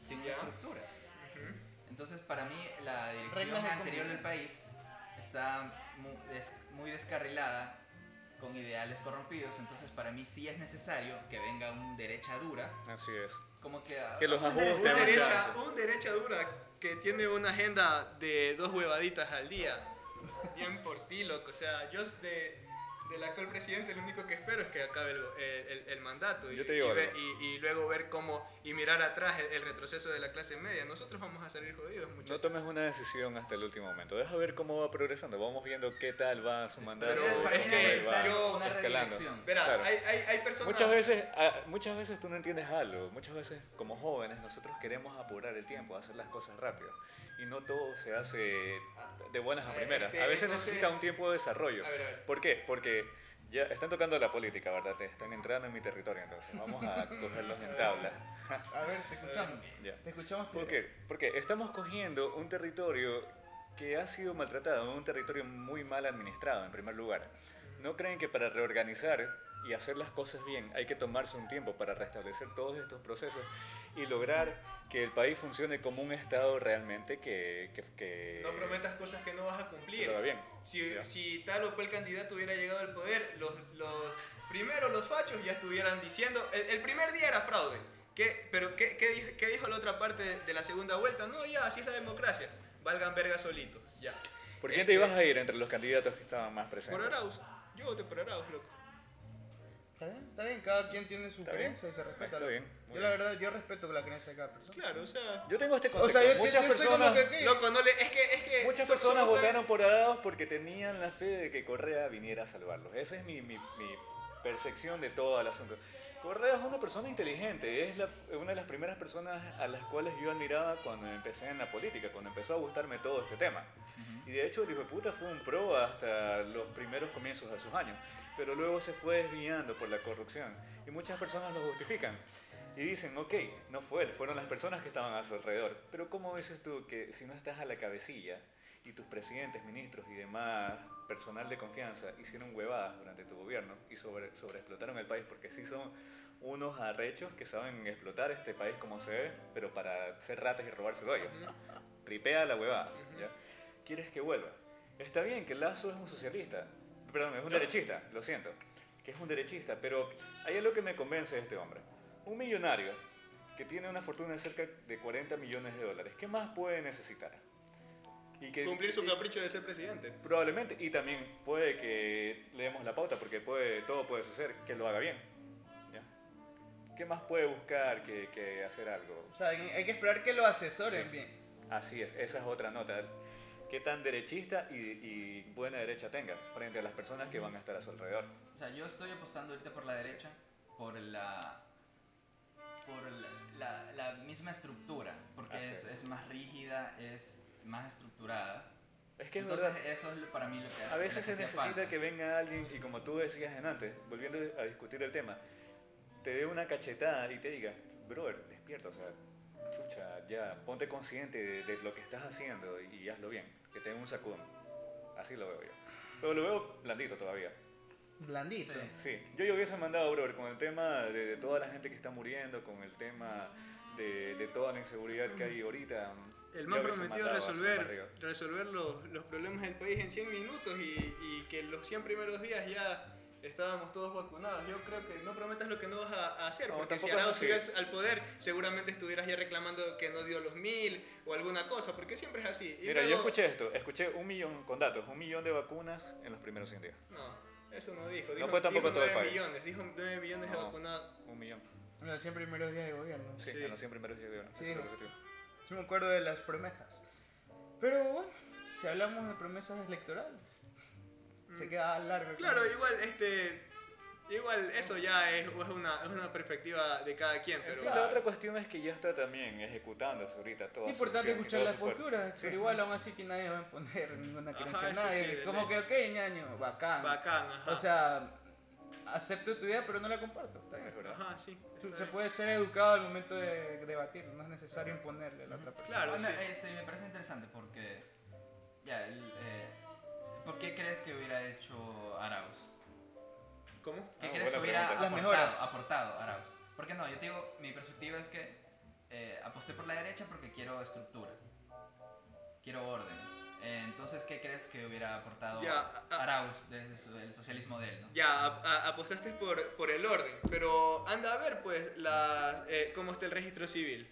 sin una Ya. estructura. Ujú. Entonces, para mí, la Reglas dirección de anterior del país convivencia. está mu- des- muy descarrilada con ideales corrompidos, entonces para mí sí es necesario que venga un derecha dura, Así es. como que... a- Que los a- ajuste, Un Tenemos derecha, chance. un derecha dura que tiene una agenda de dos huevaditas al día. Bien por ti, loco. O sea, yo de, del actual presidente, lo único que espero es que acabe el, el- el- el mandato y, Yo te digo y, ve- algo. y- y luego ver cómo y mirar atrás el, el retroceso de la clase media. Nosotros vamos a salir jodidos, No muchachos. tomes una decisión hasta el último momento. Deja ver cómo va progresando. Vamos viendo qué tal va su mandato. pero cómo es que él va yo- una escalando. redirección. Verá, Claro. hay, hay, hay personas. Muchas veces, ah, muchas veces tú no entiendes algo. Muchas veces, como jóvenes, nosotros queremos apurar el tiempo, hacer las cosas rápido. Y no todo se hace de buenas a Ah, primeras. este, A veces entonces- necesita un tiempo de desarrollo. A ver, a ver. ¿Por qué? Porque ya están tocando la política, ¿verdad? Te Están entrando en mi territorio, entonces vamos a [LAUGHS] cogerlos en tabla. A ver, te escuchamos. Ya. Te escuchamos ¿Por qué? Porque estamos cogiendo un territorio que ha sido maltratado, un territorio muy mal administrado en primer lugar. ¿No creen que para reorganizar y hacer las cosas bien hay que tomarse un tiempo para restablecer todos estos procesos y lograr que el país funcione como un Estado realmente que... que, que- No prometas cosas que no vas a cumplir. que lo haga bien. Si, Ya. si tal o cual candidato hubiera llegado al poder, los, los- primero los fachos ya estuvieran diciendo, el, el primer día era fraude, ¿Qué, pero ¿qué, qué dijo, qué dijo la otra parte de, de la segunda vuelta? No, ya, así es la democracia, valgan verga solitos, ya. ¿Por qué Este, te ibas a ir entre los candidatos que estaban más presentes? Por Arauz, yo voté por Arauz, loco. Está bien, está bien, cada quien tiene su Está creencia y bien. se respeta. Está bien, Yo muy la bien. verdad, yo respeto la creencia de cada persona. Claro, o sea... Yo tengo este O concepto. sea, yo, yo- Muchas yo soy como personas... que... ¿qué? Loco, no le, es que, es que Muchas so- personas somos tan- votaron por Arauz porque tenían la fe de que Correa viniera a salvarlos. Esa es mi, mi- mi percepción de todo el asunto. Correa es una persona inteligente, es la- una de las primeras personas a las cuales yo admiraba cuando empecé en la política, cuando empezó a gustarme todo este tema. Y de hecho, el hijo de puta fue un pro hasta los primeros comienzos de sus años, pero luego se fue desviando por la corrupción. Y muchas personas lo justifican. Y dicen, ok, no fue él, fueron las personas que estaban a su alrededor. Pero ¿cómo dices tú que si no estás a la cabecilla y tus presidentes, ministros y demás personal de confianza hicieron huevadas durante tu gobierno y sobre, sobreexplotaron el país? Porque sí son unos arrechos que saben explotar este país como se ve, pero para ser ratas y robárselo a ellos. Ripea la huevada, ¿ya? ¿Quieres que vuelva? Está bien que Lazo es un socialista, perdón, es un derechista, lo siento, que es un derechista, pero hay algo que me convence de este hombre. Un millonario que tiene una fortuna de cerca de 40 millones de dólares, ¿qué más puede necesitar? Y que, Cumplir su y- capricho de ser presidente. Probablemente, y también puede que le demos la pauta, porque puede, todo puede suceder, que lo haga bien. ¿ya? ¿Qué más puede buscar que, que hacer algo? O sea, hay, hay que esperar que lo asesoren Sí. bien. Así es, esa es otra nota. ¿Qué tan derechista y, y buena derecha tenga frente a las personas que van a estar a su alrededor? O sea, yo estoy apostando ahorita por la derecha, por la por la, la- la misma estructura, porque Así es, es. es más rígida, es más estructurada. Es que es Entonces eh, verdad. eso es lo- para mí lo que hace. A veces lo se que hacía necesita falta. que venga alguien y como tú decías en antes, volviendo a discutir el tema, te dé una cachetada y te diga, brother, despierta, o sea, chucha, ya, ponte consciente de, de lo que estás haciendo y, hazlo bien, que te dé un sacudón. Así lo veo yo. Pero lo veo blandito todavía. Blandito. Sí. Sí, yo yo hubiese mandado, brother, con el tema de, de toda la gente que está muriendo, con el tema de, de toda la inseguridad que hay ahorita. El yo man hubiese prometió mandado así para resolver, arriba. resolver los, los problemas del país en 100 minutos y, y que los 100 primeros días ya estábamos todos vacunados. Yo creo que no prometas lo que no vas a, a hacer, No, porque si tampoco Arauz así. subiera al poder, seguramente estuvieras ya reclamando que no dio los mil o alguna cosa, porque siempre es así. Y Mira, yo luego- escuché esto, escuché un millón con datos, un millón de vacunas en los primeros 100 días. No, eso no dijo. dijo fue tampoco dijo todo el 9 país. millones, dijo 9 millones de No. vacunados. Un millón. Los 100 primeros días de gobierno. Sí, Sí. en los 100 primeros días de gobierno. Sí. Eso es lo que te digo. Sí me acuerdo de las promesas. Pero bueno, si hablamos de promesas electorales, se queda largo. el Claro, camino. igual este... Igual eso ya es, es una, es una perspectiva de cada quien, pero... Y la otra cuestión es que ya está también ejecutándose ahorita todo. Es importante escuchar las posturas, pero igual aún así que nadie va a imponer ninguna Ajá, creencia a eso nadie. sí, de Como ley. que, ok, ñaño, bacán. Bacán, ajá. O sea, acepto tu idea, pero no la comparto. Está bien. Ajá, sí. Tú- está Se bien. puede ser educado al momento de debatir, no es necesario imponerle a la otra persona. Claro, Bueno, sí. este, me parece interesante porque. Ya, el, eh, ¿por qué crees que hubiera hecho Arauz? ¿Cómo? ¿Qué Ah, crees que buena hubiera pregunta. aportado, Las mejoras. aportado Arauz? Porque no, yo te digo, mi perspectiva es que eh, aposté por la derecha porque quiero estructura, quiero orden. Eh, entonces, ¿qué crees que hubiera aportado Ya, a- a- Arauz desde su- el socialismo de él? ¿no? Ya, a- a- apostaste por, por el orden, pero anda a ver pues la, eh, cómo está el registro civil.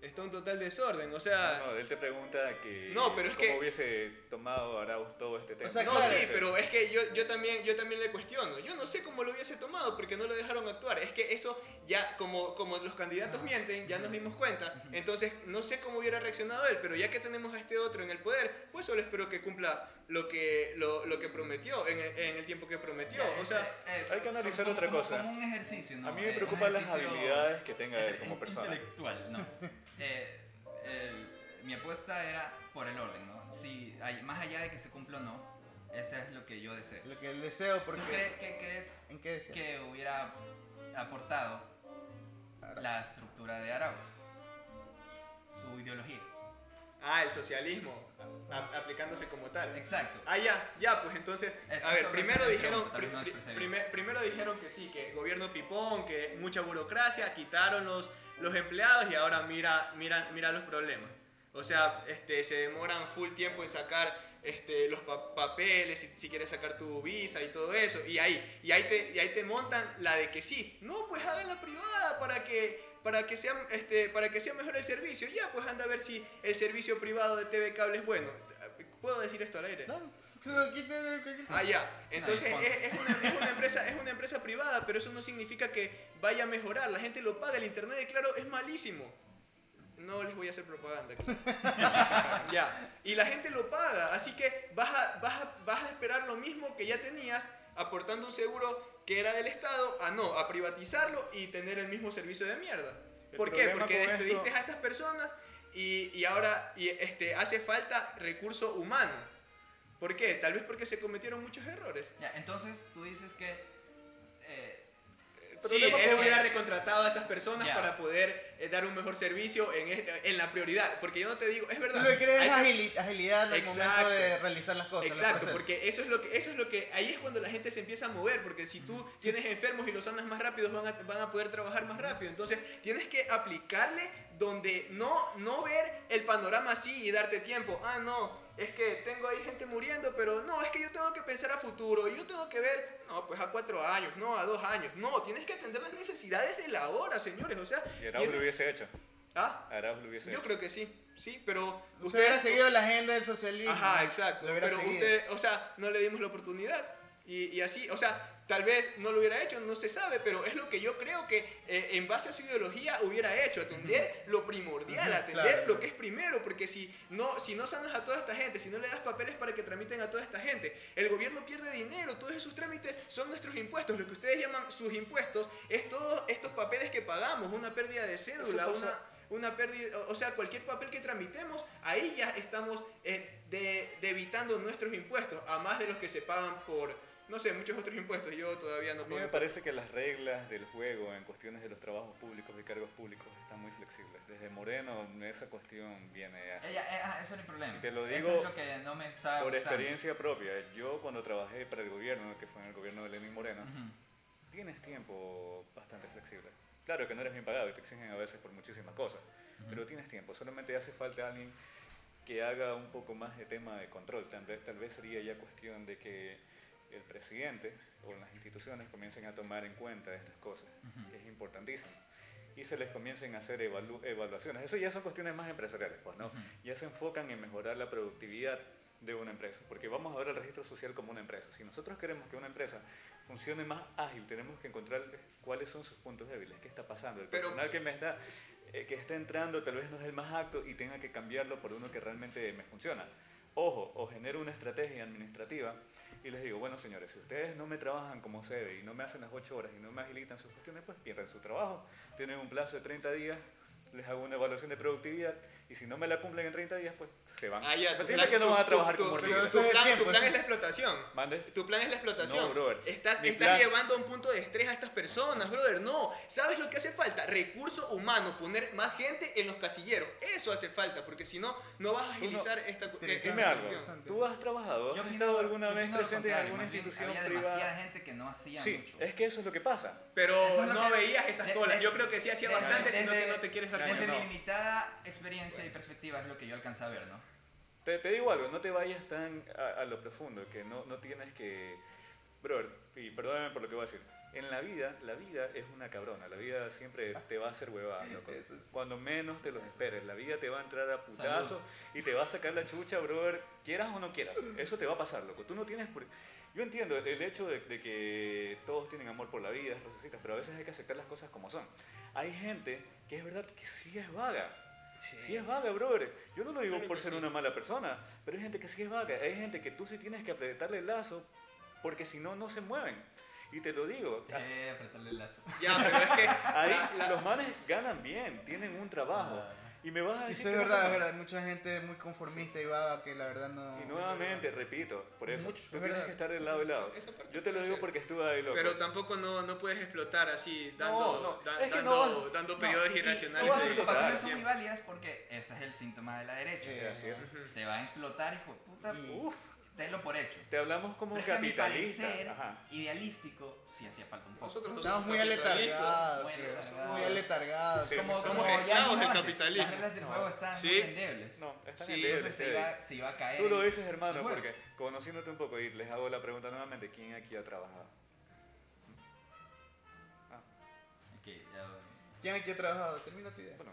Está un total desorden, o sea... No, él te pregunta que No, pero es cómo que- hubiese tomado Arauz todo este tema. sea, no, claro. sí, pero es que yo, yo, también, yo también le cuestiono. Yo no sé cómo lo hubiese tomado porque no lo dejaron actuar. Es que eso ya, como, como los candidatos mienten, ya nos dimos cuenta. Entonces, no sé cómo hubiera reaccionado él, pero ya que tenemos a este otro en el poder, pues solo espero que cumpla lo que, lo, lo que prometió, en el, en el tiempo que prometió. O sea, hay que analizar otra cosa. este, eh, Como un ejercicio, ¿no? A mí Eh, me un preocupan las ejercicio habilidades que [LAUGHS] tenga él inte- como persona. [LAUGHS] Intelectual, no. Eh, el- mi apuesta era por el orden, ¿no? Si, hay- más allá de que se cumpla o no, eso es lo que yo deseo. Lo que el deseo, ¿Tú porque. cre- qué crees ¿En qué decía? que hubiera aportado la estructura de Arauz? Su ideología. ah, el socialismo, a- aplicándose como tal. Exacto. Ah, ya, ya, pues entonces, Eso a ver, sobre primero esa dijeron, pregunta, pri- no pri- expresé bien. prime- primero dijeron que sí, que gobierno pipón, que mucha burocracia, quitaron los, los empleados y ahora mira, mira, mira los problemas. O sea, este, se demoran full tiempo en sacar este, los pa- papeles, si, si quieres sacar tu visa y todo eso, y ahí, y, ahí te, y ahí te montan la de que sí, no, pues háganla privada para que para que, sea, este, para que sea mejor el servicio. Ya, pues anda a ver si el servicio privado de TV Cable es bueno. ¿Puedo decir esto al aire? Claro. Solo quítale el- Ah, ya. Entonces Ahí, es, es una, es una empresa, es una empresa privada, pero eso no significa que vaya a mejorar. La gente lo paga, el internet de claro es malísimo. No les voy a hacer propaganda. [LAUGHS] aquí. ya. Y la gente lo paga, así que vas a, vas a- vas a esperar lo mismo que ya tenías aportando un seguro que era del Estado a no, a privatizarlo y tener el mismo servicio de mierda. El ¿Por qué? problema Porque con esto- despediste a estas personas y, y ahora y, este, hace falta recurso humano. ¿Por qué? Tal vez porque se cometieron muchos errores. Ya, entonces tú dices que eh, Sí, problema él con- hubiera recontratado a esas personas Ya. para poder eh, dar un mejor servicio en, este- en la prioridad. Porque yo no te digo, es Tú verdad. lo que crees hay es que- agili- agilidad en el momento Exacto. de realizar las cosas. los Exacto, procesos. porque eso es lo que eso es lo que ahí es cuando la gente se empieza a mover, porque si tú tienes enfermos y los sanas más rápidos van a, van a poder trabajar más rápido. Entonces, tienes que aplicarle donde no no ver el panorama así y darte tiempo. Ah, no, es que tengo ahí gente muriendo, pero no, es que yo tengo que pensar a futuro y yo tengo que ver, no, pues a cuatro años, no, a dos años. No, tienes que atender las necesidades de la hora, señores, o sea, Y Arauz lo tienes- hubiese hecho. ¿Ah? Arauz lo hubiese Yo hecho. creo que sí. Sí, pero Usted hubiera seguido la agenda del socialismo. Ajá, ¿no? exacto. Lo hubiera Pero seguido. usted, o sea, no le dimos la oportunidad. Y, y así, o sea, tal vez no lo hubiera hecho, no se sabe, pero es lo que yo creo que eh, en base a su ideología hubiera hecho, atender lo primordial, Ujú, atender claro. lo que es primero, porque si no, si no sanas a toda esta gente, si no le das papeles para que tramiten a toda esta gente, el gobierno pierde dinero, todos esos trámites son nuestros impuestos, lo que ustedes llaman sus impuestos es todos estos papeles que pagamos, una pérdida de cédula, pasa- una una pérdida, o- o sea, cualquier papel que tramitemos, ahí ya estamos eh, de- debitando nuestros impuestos, a más de los que se pagan por, no sé, muchos otros impuestos. Yo todavía no A mí me puedo. parece que las reglas del juego en cuestiones de los trabajos públicos y cargos públicos están muy flexibles. Desde Moreno esa cuestión viene ella- así. eh, ajá, eso es el problema. Y te lo eso digo es lo que no me está Por gustando. experiencia propia, yo cuando trabajé para el gobierno, que fue en el gobierno de Lenín Moreno, Ujú. tienes tiempo bastante flexible. Claro que no eres bien pagado y te exigen a veces por muchísimas cosas, pero tienes tiempo. Solamente hace falta alguien que haga un poco más de tema de control. Tal vez, tal vez sería ya cuestión de que el presidente o las instituciones comiencen a tomar en cuenta estas cosas, que es importantísimo. Y se les comiencen a hacer evalu- evaluaciones. Eso ya son cuestiones más empresariales, pues no. Ya se enfocan en mejorar la productividad de una empresa, porque vamos a ver el registro social como una empresa. Si nosotros queremos que una empresa funcione más ágil, tenemos que encontrar cuáles son sus puntos débiles, qué está pasando. El Pero- personal que me está eh, que está entrando tal vez no es el más apto y tenga que cambiarlo por uno que realmente me funciona. Ojo, o genero una estrategia administrativa y les digo, bueno señores, si ustedes no me trabajan como se debe y no me hacen las 8 horas y no me agilitan sus cuestiones, pues pierden su trabajo. Tienen un plazo de 30 días, les hago una evaluación de productividad y si no me la cumplen en 30 días, pues se van. Ah, ya, tu Mentira que no tu- van a tu- trabajar tu- como tu- hormigas. eso tu es plan, tu tiempo, plan sí. es la explotación. Mande. Tu plan es la explotación. No, brother. Estás, Mi estás plan- llevando a un punto de estrés a estas personas, brother. No, ¿sabes lo que hace falta? Recurso humano, poner más gente en los casilleros. Eso hace falta, porque si no, no vas a Tú no- agilizar esta, cu- Interesante. esta Dime algo, cuestión. ¿tú has trabajado, has Yo estado opino- alguna yo vez opino lo presente en contrario, alguna más bien institución había demasiada privada? gente que no hacía Sí, mucho. es que eso es lo que pasa. Eso Pero es lo no que- veías esas de- colas. de- Yo creo que sí hacía desde- bastante, sino que desde- no te quieres dar desde cuenta. Desde no. mi limitada experiencia y perspectiva es lo que yo alcanza a ver, ¿no? Te, te digo algo, no te vayas tan a, a lo profundo, que no, no tienes que Brother, y perdóname por lo que voy a decir. En la vida, la vida es una cabrona. La vida siempre es- te va a hacer huevada, loco. Eso sí. Cuando menos te lo esperes. La vida te va a entrar a Salud. putazos y te va a sacar la chucha, brother. Quieras o no quieras. Eso te va a pasar, loco. Tú no tienes por... Yo entiendo el el hecho de, de que todos tienen amor por la vida, rosecitas, pero a veces hay que aceptar las cosas como son. Hay gente que es verdad que sí es vaga. Sí. es vaga, brother. Yo no lo digo Claro por que ser sí. una mala persona, pero hay gente que sí es vaga. Hay gente que tú sí tienes que apretarle el lazo porque si no, no se mueven. Y te lo [LAUGHS] digo, a- Eh, apretarle el lazo. Ya, pero es que. ahí la- la- los manes ganan bien, tienen un trabajo. Ah. Y me vas a decir Eso es que no verdad, se es mueven. verdad. Hay mucha gente muy conformista y vaga que la verdad no. Y nuevamente, repito, por eso, Mucho, es tú tienes verdad. que estar del lado de lado. Esa parte Yo te lo puede digo ser. porque estuve ahí, loco. Pero tampoco no, no puedes explotar así, dando, no, da- es que dando, no vas- dando No, periodos y- irracionales. Y vas tus a de- preocupaciones explotar. son muy válidas porque ese es el síntoma de la derecha. Eh, así es. Te van a explotar, hijo de puta. Uf, Tenlo por hecho. te hablamos como Pero es que a mi capitalista. parecer, Ajá. idealístico, sí hacía falta un poco. Nosotros no Estamos somos muy capitalistas. aletargados, Bueno, creo, aletargados. Muy aletargados. Sí. como, somos como ya esclavos dijo del antes, capitalismo. Las reglas del juego están Sí. muy endebles. No, están Sí, en endebles, Entonces se iba, se iba a caer. Tú lo en- dices, hermano, el juego. porque conociéndote un poco y les hago la pregunta nuevamente, ¿quién aquí ha trabajado? Ah, Ok, ya voy. ¿Quién aquí ha trabajado? Termina tu idea. bueno.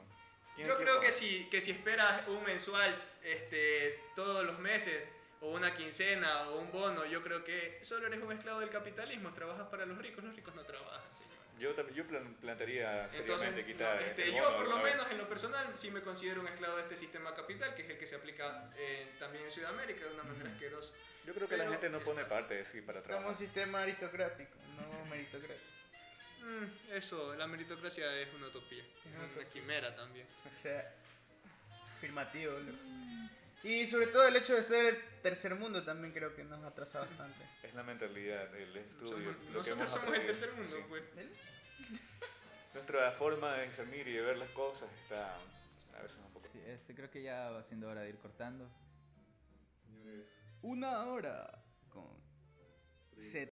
¿quién Yo aquí ha creo que trabajado? si, que si esperas un mensual este, todos los meses, o una quincena, o un bono, yo creo que solo eres un esclavo del capitalismo, trabajas para los ricos, los ricos no trabajan. señor. Yo también yo plan- plantearía seriamente Entonces, quitar no, este, el yo bono, por lo a ver. menos en lo personal sí me considero un esclavo de este sistema capital, que es el que se aplica eh, también en Sudamérica de una manera asquerosa. Yo creo que la pero- gente no pone parte de sí para Estamos en un trabajar. sistema aristocrático, no meritocrático. Mm, eso, la meritocracia es una utopía, es una quimera también. O sea, afirmativo, loco. Y sobre todo el hecho de ser el tercer mundo también creo que nos atrasa bastante. Es la mentalidad, el estudio. Somos- lo que nosotros hemos somos el aprendido. tercer mundo, Sí. pues. Nuestra forma de discernir y de ver las cosas está a veces un poco... Sí, este, creo que ya va siendo hora de ir cortando. Una hora con